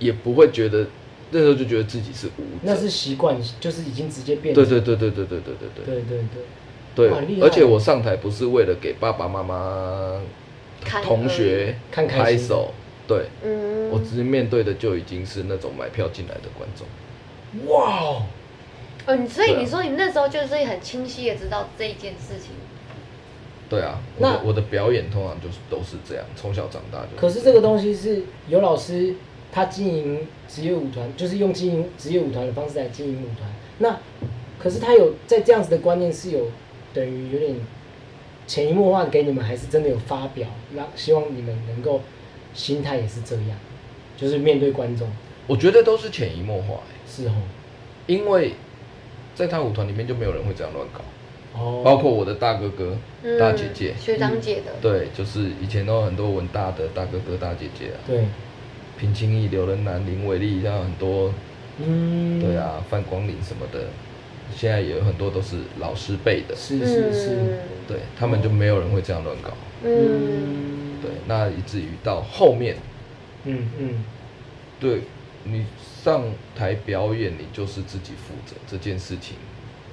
B: 也不会觉得，那时候就觉得自己是舞
C: 那
B: 者。
C: 是习惯，就是已经直接变
B: 对
C: 成。
B: 对对对对对对对对
C: 对对对
B: 对
C: 哇厉害
B: 而且我上台不是为了给爸爸妈妈、
A: 看
B: 同学
C: 看开
B: 拍
C: 心
B: 手，对
A: 嗯，
B: 我只是面对的就已经是那种买票进来的观众。
C: 哇哦，
A: 哦，你所以
B: 对啊
A: 你说你那时候就是很清晰的知道这一件事情，
B: 对啊，我
C: 那
B: 的我的表演通常就是都是这样，从小长大就。
C: 可是这个东西是有老师他经营职业舞团，就是用经营职业舞团的方式来经营舞团。那可是他有在这样子的观念是有等于有点潜移默化的给你们，还是真的有发表，让希望你们能够心态也是这样，就是面对观众
B: 我觉得都是潜移默化、欸
C: 是哦。
B: 因为在他舞团里面就没有人会这样乱搞，
C: 哦，
B: 包括我的大哥哥、
A: 嗯，
B: 大姐姐，
A: 学长姐的，
B: 对，就是以前都有很多文大的大哥哥、大姐姐啊，
C: 对，
B: 平清义、刘仁南、林伟丽，还有很多，
C: 嗯，
B: 对，啊，范光林什么的，现在也有很多都是老师辈的，
C: 是是是，
B: 对他们就没有人会这样乱搞，
C: 哦
A: 嗯，
C: 嗯，
B: 对，那以至于到后面，
C: 嗯嗯，
B: 对你上台表演，你就是自己负责这件事情，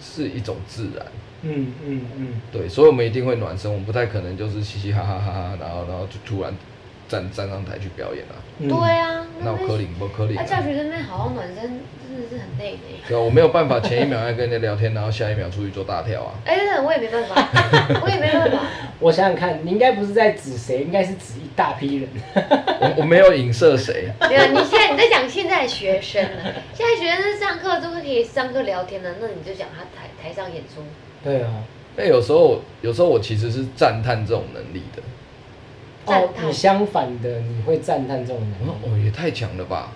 B: 是一种自然。
C: 嗯嗯嗯，
B: 对，所以我们一定会暖身，我们不太可能就是嘻嘻哈哈哈哈，然后然后就突然站站上台去表演啊。
C: 嗯
A: 对啊，
B: 对那有可能无可能
A: 啊，教
B: 啊。
A: 学生那好好暖身真的是很累呢。
B: 对啊，我没有办法前一秒在跟人家聊天，然后下一秒出去做大 跳啊。
A: 哎、真的我也没办 法，我也没办法。
C: 我想想看，你应该不是在指谁，应该是指一大批人。
B: 我我没有影射谁，
A: 没有，啊你现在你在讲现在学生了，现在学生上课都会可以上课聊天了，那你就讲他台台上演出，
C: 对啊，
B: 但哎有时候有时候我其实是赞叹这种能力的。
C: 哦
A: 赞，叹
C: 你相反的，你会赞叹这种
B: 我说
C: 能力。
B: 哦，也太强了吧！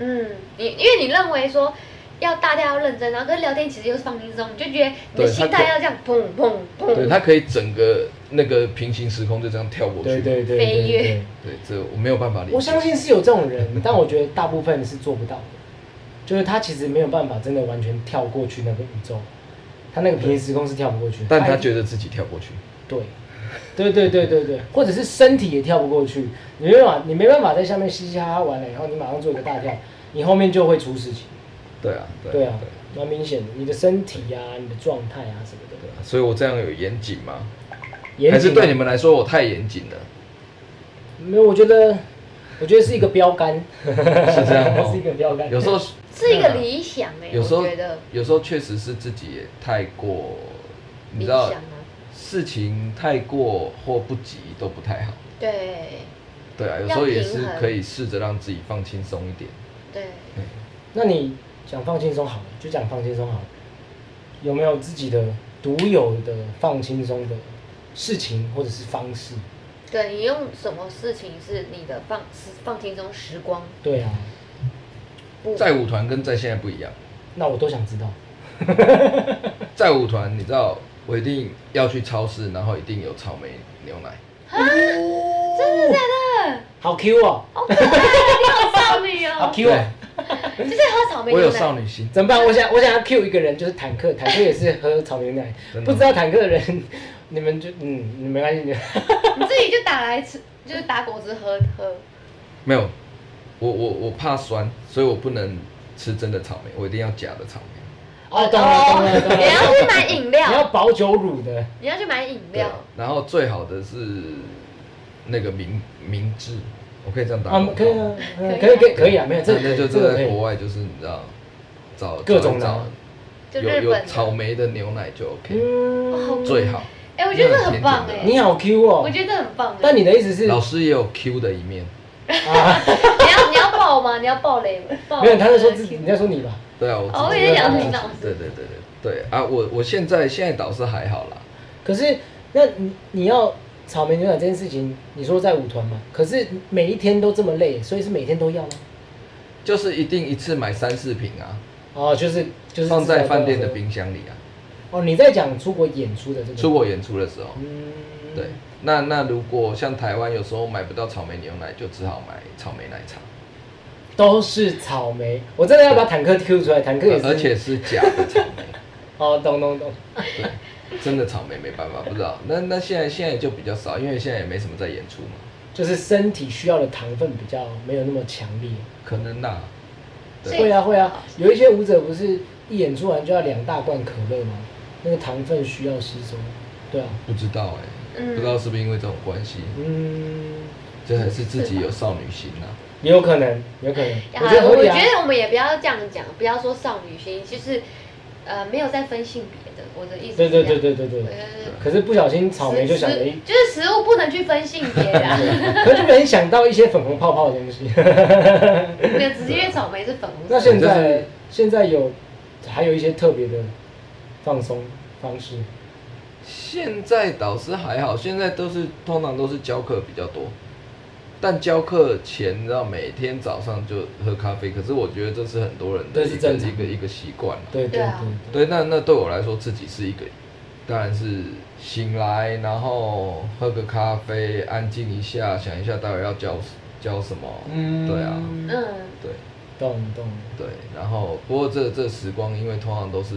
A: 嗯，你因为你认为说要大家要认真，然后跟聊天其实又是放轻松，你就觉得你的
B: 对
A: 心
B: 他
A: 态
B: 可
A: 要这样砰砰
B: 对
A: 砰，
B: 他可以整个那个平行时空就这样跳过去。
C: 对对对
A: 飞
C: 对
A: 跃
C: 对，
B: 对这我没有办法理解。
C: 我相信是有这种人，但我觉得大部分是做不到的，就是他其实没有办法真的完全跳过去那个宇宙，他那个平行时空是跳不过去的。
B: 但他
C: 一定
B: 觉得自己跳过去。
C: 对，对对对对对，或者是身体也跳不过去，你没办法，你没办法在下面嘻嘻哈哈完了以后，你马上做一个大跳，你后面就会出事情。
B: 对啊，对
C: 对啊，蛮明显的，你的身体啊，你的状态啊什么的，
B: 啊所以我这样有严谨吗？
C: 严谨啊
B: 还是对你们来说我太严谨 了？
C: 没有，我觉得，我觉得是一个标杆，
B: 是这样吗
C: 是一个标杆。
B: 有时候
A: 是一个理想哎、
B: 啊有
A: 我
B: 时候
A: 觉得
B: 有时候确实是自己也太过，你
A: 理
B: 知道
A: 想啊，
B: 事情太过或不及都不太好。
A: 对
B: 对啊，有
A: 要
B: 时候也
A: 平
B: 是
A: 衡
B: 可以试着让自己放轻松一点。
A: 对，
C: 那你讲放轻松好了，就讲放轻松好了。有没有自己的独有的放轻松的事情或者是方式？
A: 对你用什么事情是你的放时放轻松时光？
C: 对啊，
A: 不，
B: 在舞团跟在现在不一样，
C: 那我都想知道。
B: 在舞团你知道我一定要去超市，然后一定有草莓牛奶。
C: 真的假的？哦好 Q 哦，
A: 好可爱啊， 你好少女
C: 好
A: 哦，
C: Q 哦。
A: 就是喝草莓
B: 啊我
A: 牛
B: 有
A: 奶。
B: 少女心，
C: 怎么办？我想我想要 Q 一个人，就是坦克，坦克也是喝草莓牛奶
B: 真的。吗
C: 不知道坦克的人，你们就嗯，你没关系，你
A: 你自己就打来吃，就是打果汁喝喝。
B: 没有，我我我怕酸，所以我不能吃真的草莓，我一定要假的草莓。
C: 哦，懂了懂了懂
A: 你要
C: 了。
A: 去买饮
C: 你要
A: 料，
C: 保酒乳的，
A: 你要去买饮
B: 对啊
A: 料，，
B: 然后最好的是那个明明治，我可以这样打
C: 啊
B: 广告。，
C: 可以啊，嗯
A: 可以
C: 可以
A: 啊
C: 可以可以啊，没有这个可
B: 那
C: 以
B: 就
C: 这
B: 是
C: 个可
B: 在
C: 以
B: 国。外，就是你知道，找
C: 各种拿
B: 找
A: 就
B: 一找
A: 日
B: 有有
A: 本
B: 草
A: 的。
B: 莓的牛奶就 OK，
C: 嗯，
B: 最好。
A: 哎，我觉得这很棒
B: 那
A: 哎
B: 很，
C: 你好 Q 哦
A: 我，觉得很棒哎。
C: 但你的意思是
B: 老师也有 Q 的一面，
C: 啊？
A: 你要你要爆吗？你要爆雷吗？爆
C: 没有，他在说自己，你在说你吧？
B: 对啊，我
A: 哦
B: 自己
A: 我以为
B: 在
A: 讲
B: 自己
A: 你老师
B: 对对对对对啊，我我现在现在倒是还好啦，
C: 可是，那你你要草莓牛奶这件事情，你说在舞团嘛？可是每一天都这么累，所以是每天都要吗？
B: 就是一定一次买三四瓶啊，
C: 哦，就是就是
B: 放在饭店的冰箱里啊，
C: 哦，你在讲出国演出的这个
B: 出国演出的时候。
C: 嗯，
B: 对，那那如果像台湾有时候买不到草莓牛奶，就只好买草莓奶茶，
C: 都是草莓。我真的要把坦克 Q 出来，坦克也是，
B: 呃而且是假的草莓，
C: 哦，懂懂懂，
B: 对，真的草莓没办法，不知道。那那现在现在就比较少，因为现在也没什么在演出嘛，
C: 就是身体需要的糖分比较没有那么强烈。
B: 可能啦、对
C: 会啊会啊，有一些舞者不是一演出完就要两大罐可乐吗？那个糖分需要吸收。对啊，
B: 不知道哎、
A: 嗯
B: 不知道是不是因为这种关系，
C: 嗯，
B: 这还是自己有少女心呐、啊。
C: 也有可能，有可能。
A: 好
C: 我
A: 啦
C: 觉得合
A: 我
C: 理
A: 觉
C: 啊。
A: 得我们也不要这样讲，不要说少女心，就是呃没有在分性别的，我的意思
C: 对
A: 是
C: 对
A: 这样。
C: 对对对对
A: 对。对对
C: 可是不小心草莓就想了
A: 食
C: 一
A: 食，就是食物不能去分性别啊 啦，
C: 可是就能想到一些粉红泡泡的 东西。
A: 没有，只是因为草莓是粉红
C: 那
A: 色。
C: 现
B: 就
C: 在、
B: 是
C: 现在有还有一些特别的放松方式，
B: 现在导师还好，现在都是通常都是教课比较多，但教课前你知道每天早上就喝咖啡，可是我觉得这是很多人的
C: 这是
B: 一个
C: 正常
B: 一个一个习惯啦。
C: 对
A: 对
C: 对
A: 啊
C: 对对。
B: 对，那那对我来说，自己是一个，当然是醒来，然后喝个咖啡，安静一下，想一下待会要教教什么。
C: 嗯
B: 对啊，
A: 嗯，
B: 对
C: 懂懂。
B: 对，然后不过这这时光，因为通常都是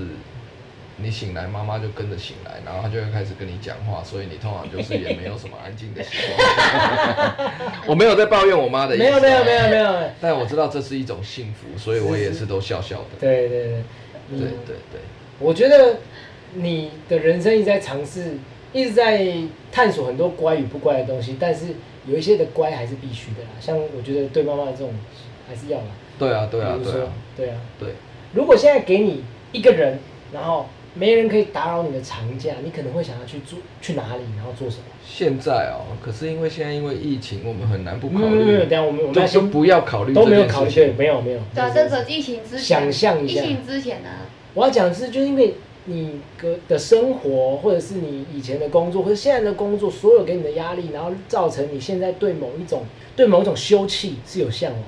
B: 你醒来，妈妈就跟着醒来，然后她就会开始跟你讲话，所以你通常就是也没有什么安静的时光。 我没有在抱怨我妈的意思，啊
C: 没有没有没，有没有，
B: 但我知道这是一种幸福，所以我也是都笑笑的。
C: 对对对，
B: 对
C: 嗯
B: 对对，
C: 我觉得你的人生一直在尝试，一直在探索很多乖与不乖的东西，但是有一些的乖还是必须的啦。像我觉得对妈妈的这种还是要啦。
B: 对啊，对啊
C: 比，如
B: 对
C: 说
B: 啊，，
C: 对啊。
B: 对，
C: 如果现在给你一个人，然后没人可以打扰你的长假，你可能会想要去做去哪里，然后做什么？
B: 现在哦，可是因为现在因为疫情，我们很难不
C: 没
B: 考
C: 有没有没有，
B: 虑
C: 嗯等一，下我们我们要
B: 就就
C: 先
B: 不要考虑
C: 都没有
B: 这件事
C: 考虑，
B: 情
C: 对，没有没有。
A: 对啊，这个疫情之前，
C: 想象一
A: 疫
C: 下
A: 情之前呢、啊，
C: 我要讲的是，就是因为你个的生活，或者是你以前的工作，或者现在的工作，所有给你的压力，然后造成你现在对某一种对某一种休憩是有向往的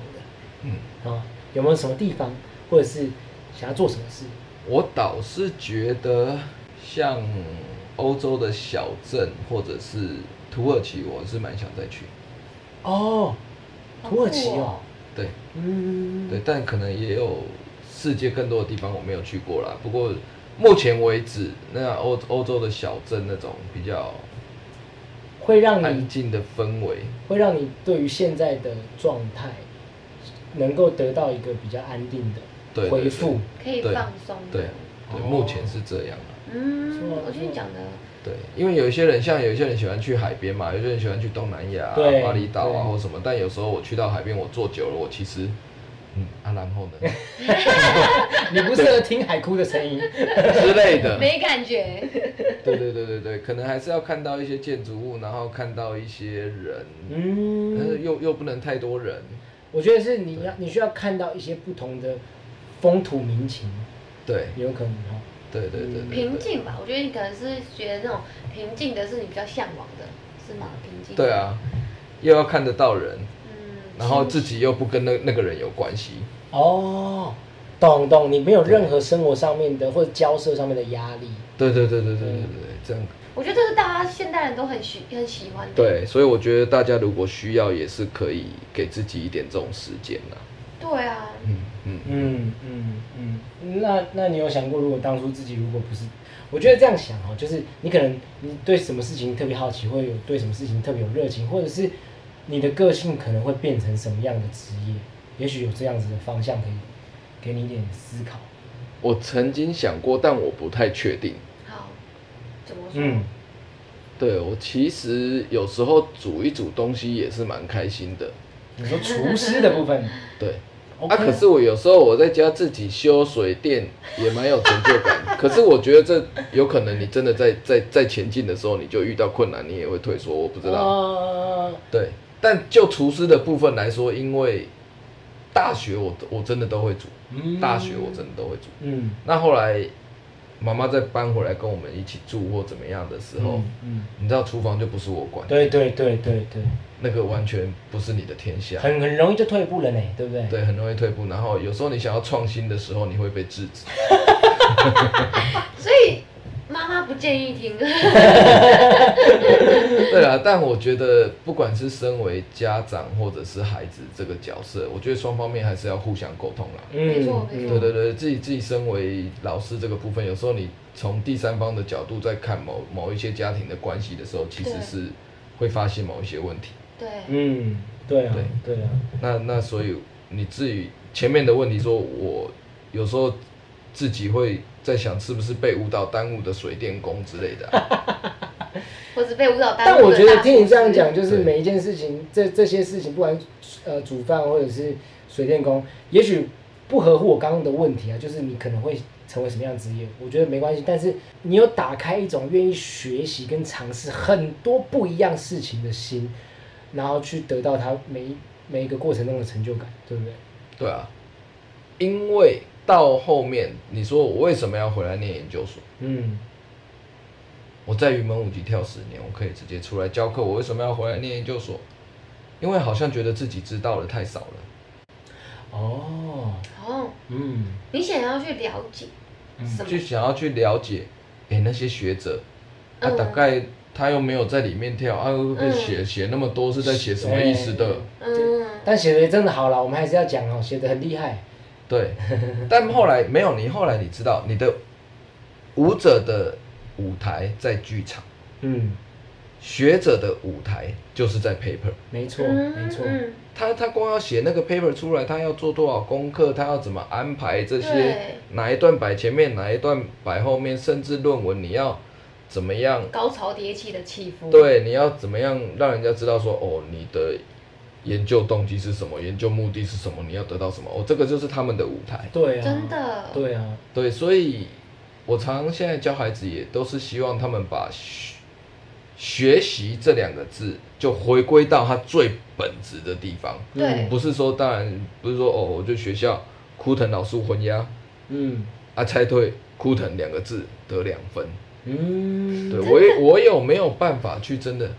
B: 嗯，
C: 啊？有没有什么地方，或者是想要做什么事？
B: 我倒是觉得像欧洲的小镇或者是土耳其，我是蛮想再去。
C: 哦，
A: 好
C: 土耳其
A: 酷
C: 哦，
B: 对
C: 嗯，
B: 对，但可能也有世界更多的地方我没有去过啦。不过目前为止，那欧欧洲的小镇那种比较
C: 会让你
B: 安静的氛围，
C: 会让你对于现在的状态能够得到一个比较安定
B: 对
C: 的
B: 对
C: 恢复。
A: 可以
B: 对
A: 放松。
B: 对对，
C: 哦
B: 目前是这样啊。
A: 嗯
C: 是吗，
A: 我觉得你讲的
B: 对，因为有一些人，像有一些人喜欢去海边嘛，有些人喜欢去东南亚、啊、
C: 对
B: 巴厘岛啊
C: 对
B: 或什么。但有时候我去到海边，我坐久了，我其实，嗯啊，然 后呢
C: 你不适合听海哭的声音，
B: 之类
C: 嗯
B: 的，
A: 没感 觉，
B: 对对对对对，可能还是要看到一些建筑物，然后看到一些人，但是
C: 嗯，
B: 又又不能太多人。
C: 我觉得是你要你需要看到一些不同的风土民情，
B: 对
C: 有可能哦。
B: 对对对对，
A: 嗯平静吧。我觉得你可能是觉得那种平静的是你比较向往的，是吗？平静。
B: 对。啊，又要看得到人，
A: 嗯。
B: 然后
A: 心
B: 自己又不跟那那个人有关系。
C: 哦，懂懂，你没有任何生活上面的或者交涉上面的压力。
B: 对对对对对对对对，这样
A: 我觉得这是大家现代人都很喜很喜欢的。。
B: 对，所以我觉得大家如果需要，也是可以给自己一点这种时间呐。
A: 对啊，
B: 嗯嗯，
C: 嗯嗯嗯，那那你有想过，如果当初自己如果不是，我觉得这样想哦，就是你可能你对什么事情特别好奇，或者有对什么事情特别有热情，或者是你的个性可能会变成什么样的职业，也许有这样子的方向可以给你一点思考。
B: 我曾经想过，但我不太确定。
A: 好，怎么说？
C: 嗯，
B: 对我其实有时候煮一煮东西也是蛮开心的。
C: 你说厨师的部分
B: 对，
C: ，OK，
B: 啊，可是我有时候我在家自己修水电也蛮有成就感。 可是我觉得这有可能你真的在在在前进的时候，你就遇到困难，你也会退缩。我不知道。
C: 呃
B: 对，但就厨师的部分来说，因为大学我我真的都会煮，
C: 嗯
B: 大学我真的都会煮。
C: 嗯，
B: 那后来妈妈再搬回来跟我们一起住或怎么样的时候，
C: 嗯嗯，
B: 你知道厨房就不是我管，
C: 对对对对对，
B: 那个完全不是你的天下。
C: 很很容易就退步了呢，对不对？
B: 对，很容易退步。然后有时候你想要创新的时候，你会被制 止。
A: 所以妈妈不建议 听。
B: 对啊，但我觉得不管是身为家长或者是孩子这个角色，我觉得双方面还是要互相沟通啦。
C: 嗯，
A: 没错没
C: 嗯
A: 错
B: 对对对，自己自己身为老师这个部分，有时候你从第三方的角度在看某某一些家庭的关系的时候，其实
A: 对
B: 是会发现某一些问题。
A: 对。
C: 嗯，对啊，对啊，
B: 那那所以你至于前面的问题说，我有时候自己会在想，是不是被误导耽误的水电工之类的啊、
A: 或者被舞蹈耽误
C: 但
A: 的
C: 我觉得
A: 大
C: 听你
A: 厨
C: 这样
A: 师
C: 讲，就是
B: 对
C: 每一件事情，这这些事情，不管呃煮饭或者是水电工，也许不合乎我刚刚的问题啊，就是你可能会成为什么样的职业，我觉得没关系。但是你有打开一种愿意学习跟尝试很多不一样事情的心，然后去得到它每一每一个过程中的成就感，对不对？
B: 对啊，因为到后面你说我为什么要回来念研究所？
C: 嗯，
B: 我在云门舞集跳十年，我可以直接出来教课，我为什么要回来念研究所？因为好像觉得自己知道的太少了。
C: 哦，
A: 哦，
C: 嗯，
A: 你想要去了解什
B: 就
A: 么？
B: 想要去了解，诶、那些学者，啊，
A: 嗯
B: 大概他又没有在里面跳，啊，会不会写写那么多是在写什么意思的？
A: 嗯，
C: 但写的真的好了，我们还是要讲哦，写的很厉害，
B: 对，但后来没有你，后来你知道你的舞者的舞台在剧场，
C: 嗯，
B: 学者的舞台就是在 paper。
C: 没错，
A: 嗯
C: 没错，
A: 嗯
B: 他他光要写那个 paper 出来，他要做多少功课，他要怎么安排这些
A: 对，
B: 哪一段摆前面，哪一段摆后面，甚至论文你要怎么样
A: 高潮迭起的起伏。
B: 对，你要怎么样让人家知道说，哦，你的研究动机是什么，研究目的是什么，你要得到什么，哦，这个就是他们的舞台。
C: 对啊，
A: 真，的，
C: 对啊，
B: 对，所以我常常现在教孩子也都是希望他们把学学习这两个字就回归到它最本质的地方，
A: 对
C: 嗯
B: 不是说当然不是说哦，我就学校枯藤老树昏鸦
C: 嗯
B: 啊，猜对枯藤两个字得两分。
C: 嗯，
B: 对我也我有没有办法去真的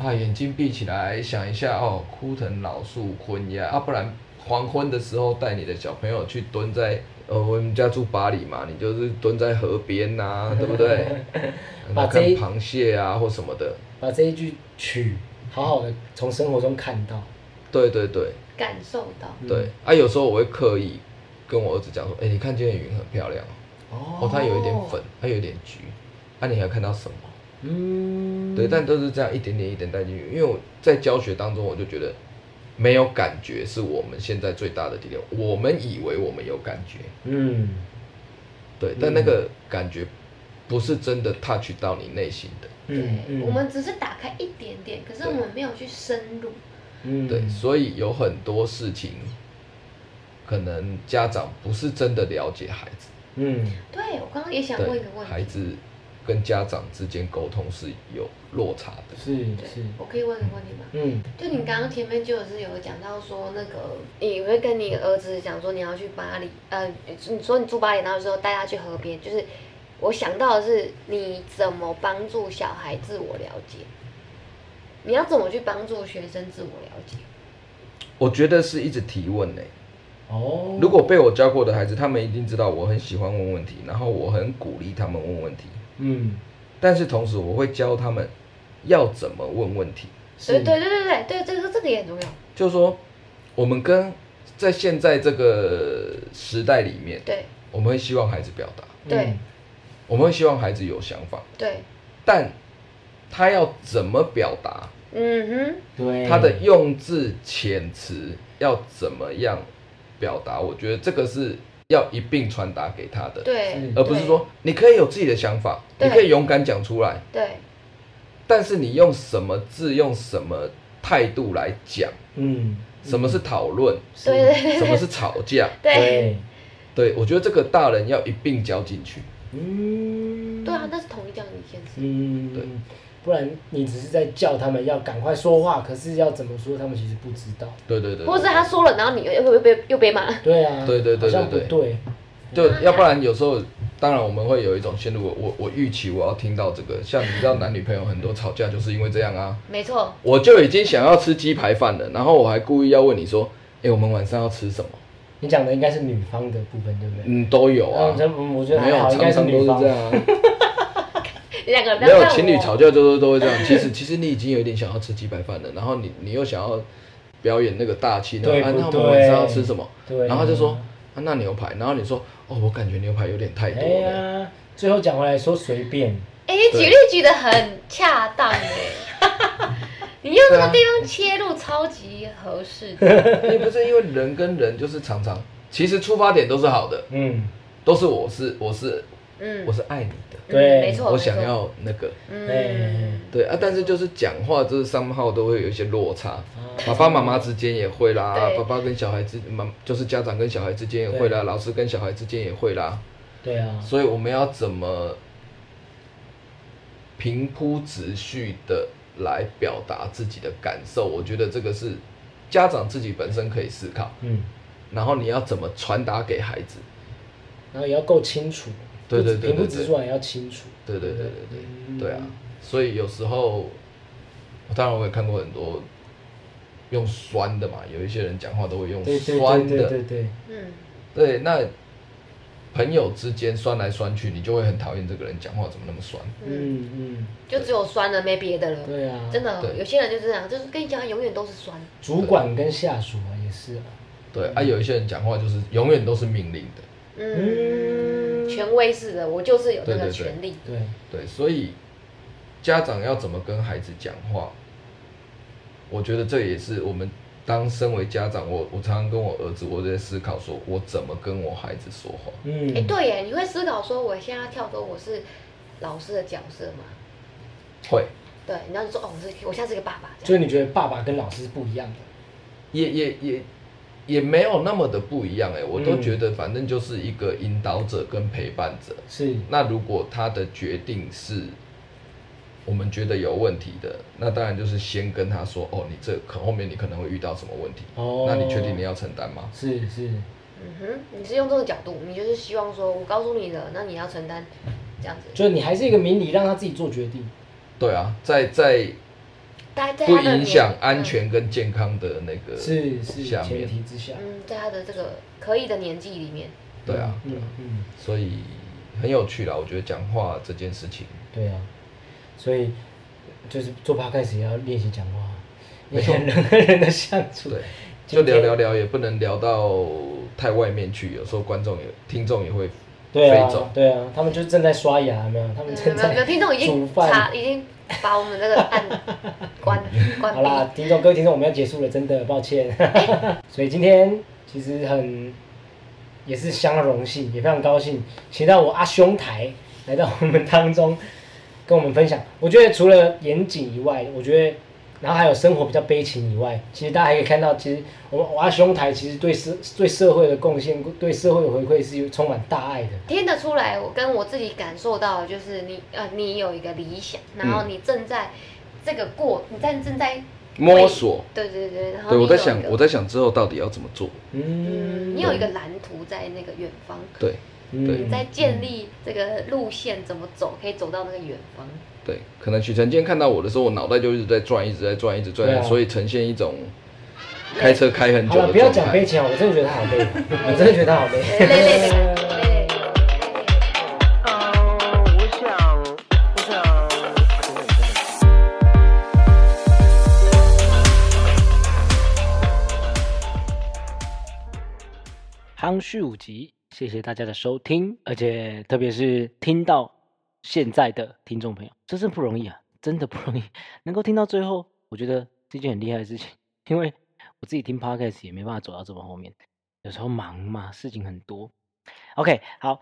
B: 啊，眼睛闭起来想一下哦，枯藤老树昏鸦啊，不然黄昏的时候带你的小朋友去蹲在呃，我们家住巴黎嘛，你就是蹲在河边呐、对不对？然
C: 把
B: 后
C: 这
B: 看
C: 一
B: 螃蟹啊或什么的，
C: 把这一句曲好好的从生活中看到，
B: 对对对
A: 感受到，
C: 嗯
B: 对、啊，有时候我会刻意跟我儿子讲说，哎，你看今天的云很漂亮哦，
C: 哦
B: 哦，它有一点粉，，它有一点橘，啊，你还看到什么？
C: 嗯，
B: 对，但都是这样一点点一点带进去。因为我在教学当中，我就觉得没有感觉是我们现在最大的敌人。我们以为我们有感觉，
C: 嗯，
B: 对，但那个感觉不是真的 touch 到你内心的，
C: 嗯
A: 对
C: 嗯，
A: 我们只是打开一点点，可是我们没有去深入，
C: 嗯
B: 对，所以有很多事情，可能家长不是真的了解孩子，
C: 嗯
A: 对我刚刚也想问一
B: 对
A: 个，
B: 孩
A: 问题，
B: 子跟家长之间沟通是有落差的，
C: 是
A: 对
C: 是，
A: 我可以问一个问题吗？
C: 嗯
A: 就你刚刚前面就是有讲到说那个，你会跟你儿子讲说你要去巴黎，呃，你说你住巴黎，然后说带他去河边，就是我想到的是你怎么帮助小孩自我了解，你要怎么去帮助学生自我了解？
B: 我觉得是一直提问呢、欸
C: 哦，
B: 如果被我教过的孩子，他们一定知道我很喜欢问问题，然后我很鼓励他们问问题，
C: 嗯
B: 但是同时我会教他们要怎么问问题，
A: 对
C: 是
A: 对对对对对，这个这个也很重要。
B: 就是说我们跟在现在这个时代里面，
A: 对
B: 我们会希望孩子表达，
A: 对
C: 嗯
B: 我们会希望孩子有想法，
A: 对，
B: 但他要怎么表达，
A: 嗯
C: 对
B: 他的用字遣词要怎么样表达，我觉得这个是要一并传达给他的
A: 哼，。对，
C: 是
B: 而不是说你可以有自己的想法，
A: 对
B: 你可以勇敢讲出来，
A: 对
B: 但是你用什么字、用什么态度来讲，
C: 嗯
B: 什么是讨 论，
A: 对对对对
B: 什么是吵架，
A: 对
C: 对
B: 对我觉得这个大人要一并教进去。
C: 嗯
A: 对啊，那是同一样一件事。
C: 嗯
B: 对
C: 不然你只是在叫他们要赶快说话，可是要怎么说，他们其实不知道。
B: 对对对，
A: 或是他说了，然后你又又被又被骂，
C: 对啊，
B: 对对对
C: 好像不
B: 对
C: 对，
B: 就要不然有时候，当然我们会有一种陷入我我我预期我要听到这个，像你知道男女朋友很多吵架就是因为这样啊，
A: 没错，
B: 我就已经想要吃鸡排饭了，然后我还故意要问你说，哎，我们晚上要吃什么？
C: 你讲的应该是女方的部分，对不对？
B: 嗯，都有啊
C: 嗯，这嗯我觉得
B: 没
C: 还
B: 有，
C: 好，应该
B: 常常都
C: 女
B: 是
C: 方
B: 这。样啊。
A: 两个人不
B: 没
A: 要
B: 有
A: 看我
B: 情侣吵架就是都会这样。其实其实你已经有点想要吃鸡排饭了，然后你你又想要表演那个大气，然后
C: 对
B: 啊，
C: 不
B: 那我们
C: 对
B: 晚上要吃什么？
C: 对，
B: 然后他就说、啊，那牛排。然后你说哦，我感觉牛排有点太
C: 哎
B: 多了。
C: 呀，最后讲回来说随便，
A: 哎、你举例举得很恰当 哎，你用
B: 啊
A: 这个地方切入超级合适的。
B: 也不是因为人跟人就是常常，其实出发点都是好的，
C: 嗯，
B: 都是我是我是
A: 嗯
B: 我，是爱你的，
C: 对
A: 嗯没错，
B: 我
A: 没错
B: 想，要那个
A: 嗯
C: 哎，
B: 对啊，但是就是讲话就是三号都会有一些落差。
C: 啊
B: 爸爸妈妈之间也会啦，
A: 对
B: 爸爸跟小孩之妈就是家长跟小孩之间也会啦，老师跟小孩之间也会啦，
C: 对啊，
B: 所以我们要怎么平铺直叙的来表达自己的感受？我觉得这个是家长自己本身可以思考，
C: 嗯，
B: 然后你要怎么传达给孩子？
C: 然后也要够清楚，
B: 对对
C: 不止
B: 对对
C: 平铺
B: 对
C: 直述也要清楚，
B: 对对对对
C: 嗯
B: 对，对啊，所以有时候，当然我也看过很多用酸的嘛，有一些人讲话都会用
C: 对对
B: 酸
C: 对
B: 的
C: 对。对对，
A: 嗯，
B: 对，那朋友之间酸来酸去，你就会很讨厌这个人讲话怎么那么酸。
A: 嗯
C: 嗯嗯，
A: 就只有酸了，没别的了。
C: 对啊，
A: 真的，
B: 对
A: 有些人就是这样，就是跟你讲，永远都是酸。
C: 主管跟下属啊也是啊，
B: 对啊，有一些人讲话就是永远都是命令的。
A: 嗯，
C: 嗯
A: 权威式的，我就是有那
B: 对
A: 个
B: 对对
A: 权利。
C: 对，
B: 对，所以家长要怎么跟孩子讲话，我觉得这也是我们当身为家长，我我常常跟我儿子，我在思考说，我怎么跟我孩子说话。
C: 嗯
A: 哎、，对耶，你会思考说，我现在要跳脱我是老师的角色吗？
B: 会，
A: 对，然后你说哦，我是我现在是个爸爸，这
C: 所
A: 样
C: 以你觉得爸爸跟老师是不一样的，
B: 也也也也没有那么的不一样哎、我都觉得反正就是一个引导者跟陪伴者。
C: 是
B: 那如果他的决定是我们觉得有问题的，那当然就是先跟他说哦，你这可后面你可能会遇到什么问题，
C: 哦
B: 那你确定你要承担吗？
C: 是是，
A: 嗯哼，你是用这个角度，你就是希望说，我告诉你了，那你要承担，这样子。
C: 就是你还是一个迷你，让他自己做决定。
B: 对啊，在在
A: 大在
B: 不
A: 他的
B: 影响
A: 年嗯
B: 安。全跟健康的那个
C: 是是
B: 呃下
C: 前
B: 面，
C: 提之下，
A: 嗯，在他的这个可以的年纪里面，
B: 对啊，
C: 嗯嗯，
B: 所以很有趣啦。我觉得讲话这件事情，
C: 对啊，所以就是做 podcast 也要练习讲话，也人跟人的相 处，
B: 对，
C: 今
B: 就
C: 天
B: 聊聊聊，也不能聊到太外面去，有时候观众也听众也会
C: 对
B: 飞
C: 啊
B: 走。
C: 对啊，他们就正在刷牙，有没有？他们
A: 嗯
C: 正
A: 没有没有，
C: 在
A: 听众已
C: 煮
A: 经
C: 饭
A: 查，。已经把我们这个 按关关
C: 好啦
A: 闭。，
C: 听众各位听众，我们要结束了，真的抱 歉。所以今天其实很也是相当荣幸，也非常高兴，请到我阿兄台来到我们当中，跟我们分享。我觉得除了严谨以外，我觉得然后还有生活比较悲情以外，其实大家还可以看到，其实我们我阿兄台其实对社对社会的贡献，对社会的回馈是有充满大爱的。
A: 听得出来，我跟我自己感受到，的就是你呃，你有一个理想，然
C: 嗯
A: 后你正在这个过，你在正在
B: 摸索。
A: 对对对，然后
B: 对，
A: 你
B: 我在
A: 有一
B: 想
A: 个，
B: 我在想之后到底要怎么做。
A: 嗯，
C: 嗯，
A: 你有一个蓝图在那个远方，
B: 对对
A: 你在建立这个路线怎么走，可以走到那个远方。
B: 对，可能许晨今天看到我的时候，我脑袋就一直在转，一直在转，一直转，
C: 对啊
B: 所以呈现一种开车开很久
C: 好了，
B: 的
C: 不要
B: 状
C: 讲悲
B: 态。
C: 情啊！我真的觉得他好累，我真的觉得他好累。
A: 累累累累累累。
D: 哦，我想，我想。
C: 夯序五集，谢谢大家的收听，而且特别是听到现在的听众朋友，真是不容易啊，真的不容易，能够听到最后，我觉得是一件很厉害的事情，因为我自己听 podcast 也没办法走到这么后面，有时候忙嘛，事情很多。OK，好，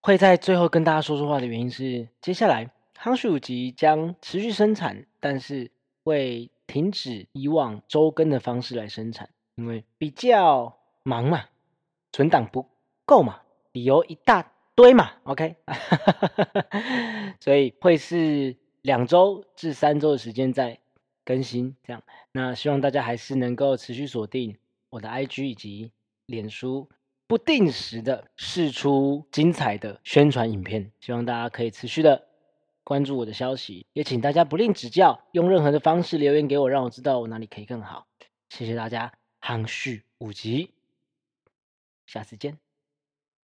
C: 会在最后跟大家说说话的原因是，接下来夯序五集将持续生产，但是会停止以往周更的方式来生产，因为比较忙嘛，存档不够嘛，理由一大堆嘛，OK，所以会是两周至三周的时间在更新，这样。那希望大家还是能够持续锁定我的 IG 以及脸书，不定时的试出精彩的宣传影片，希望大家可以持续的关注我的消息，也请大家不吝指教，用任何的方式留言给我，让我知道我哪里可以更好。谢谢大家，夯续五集，下次见。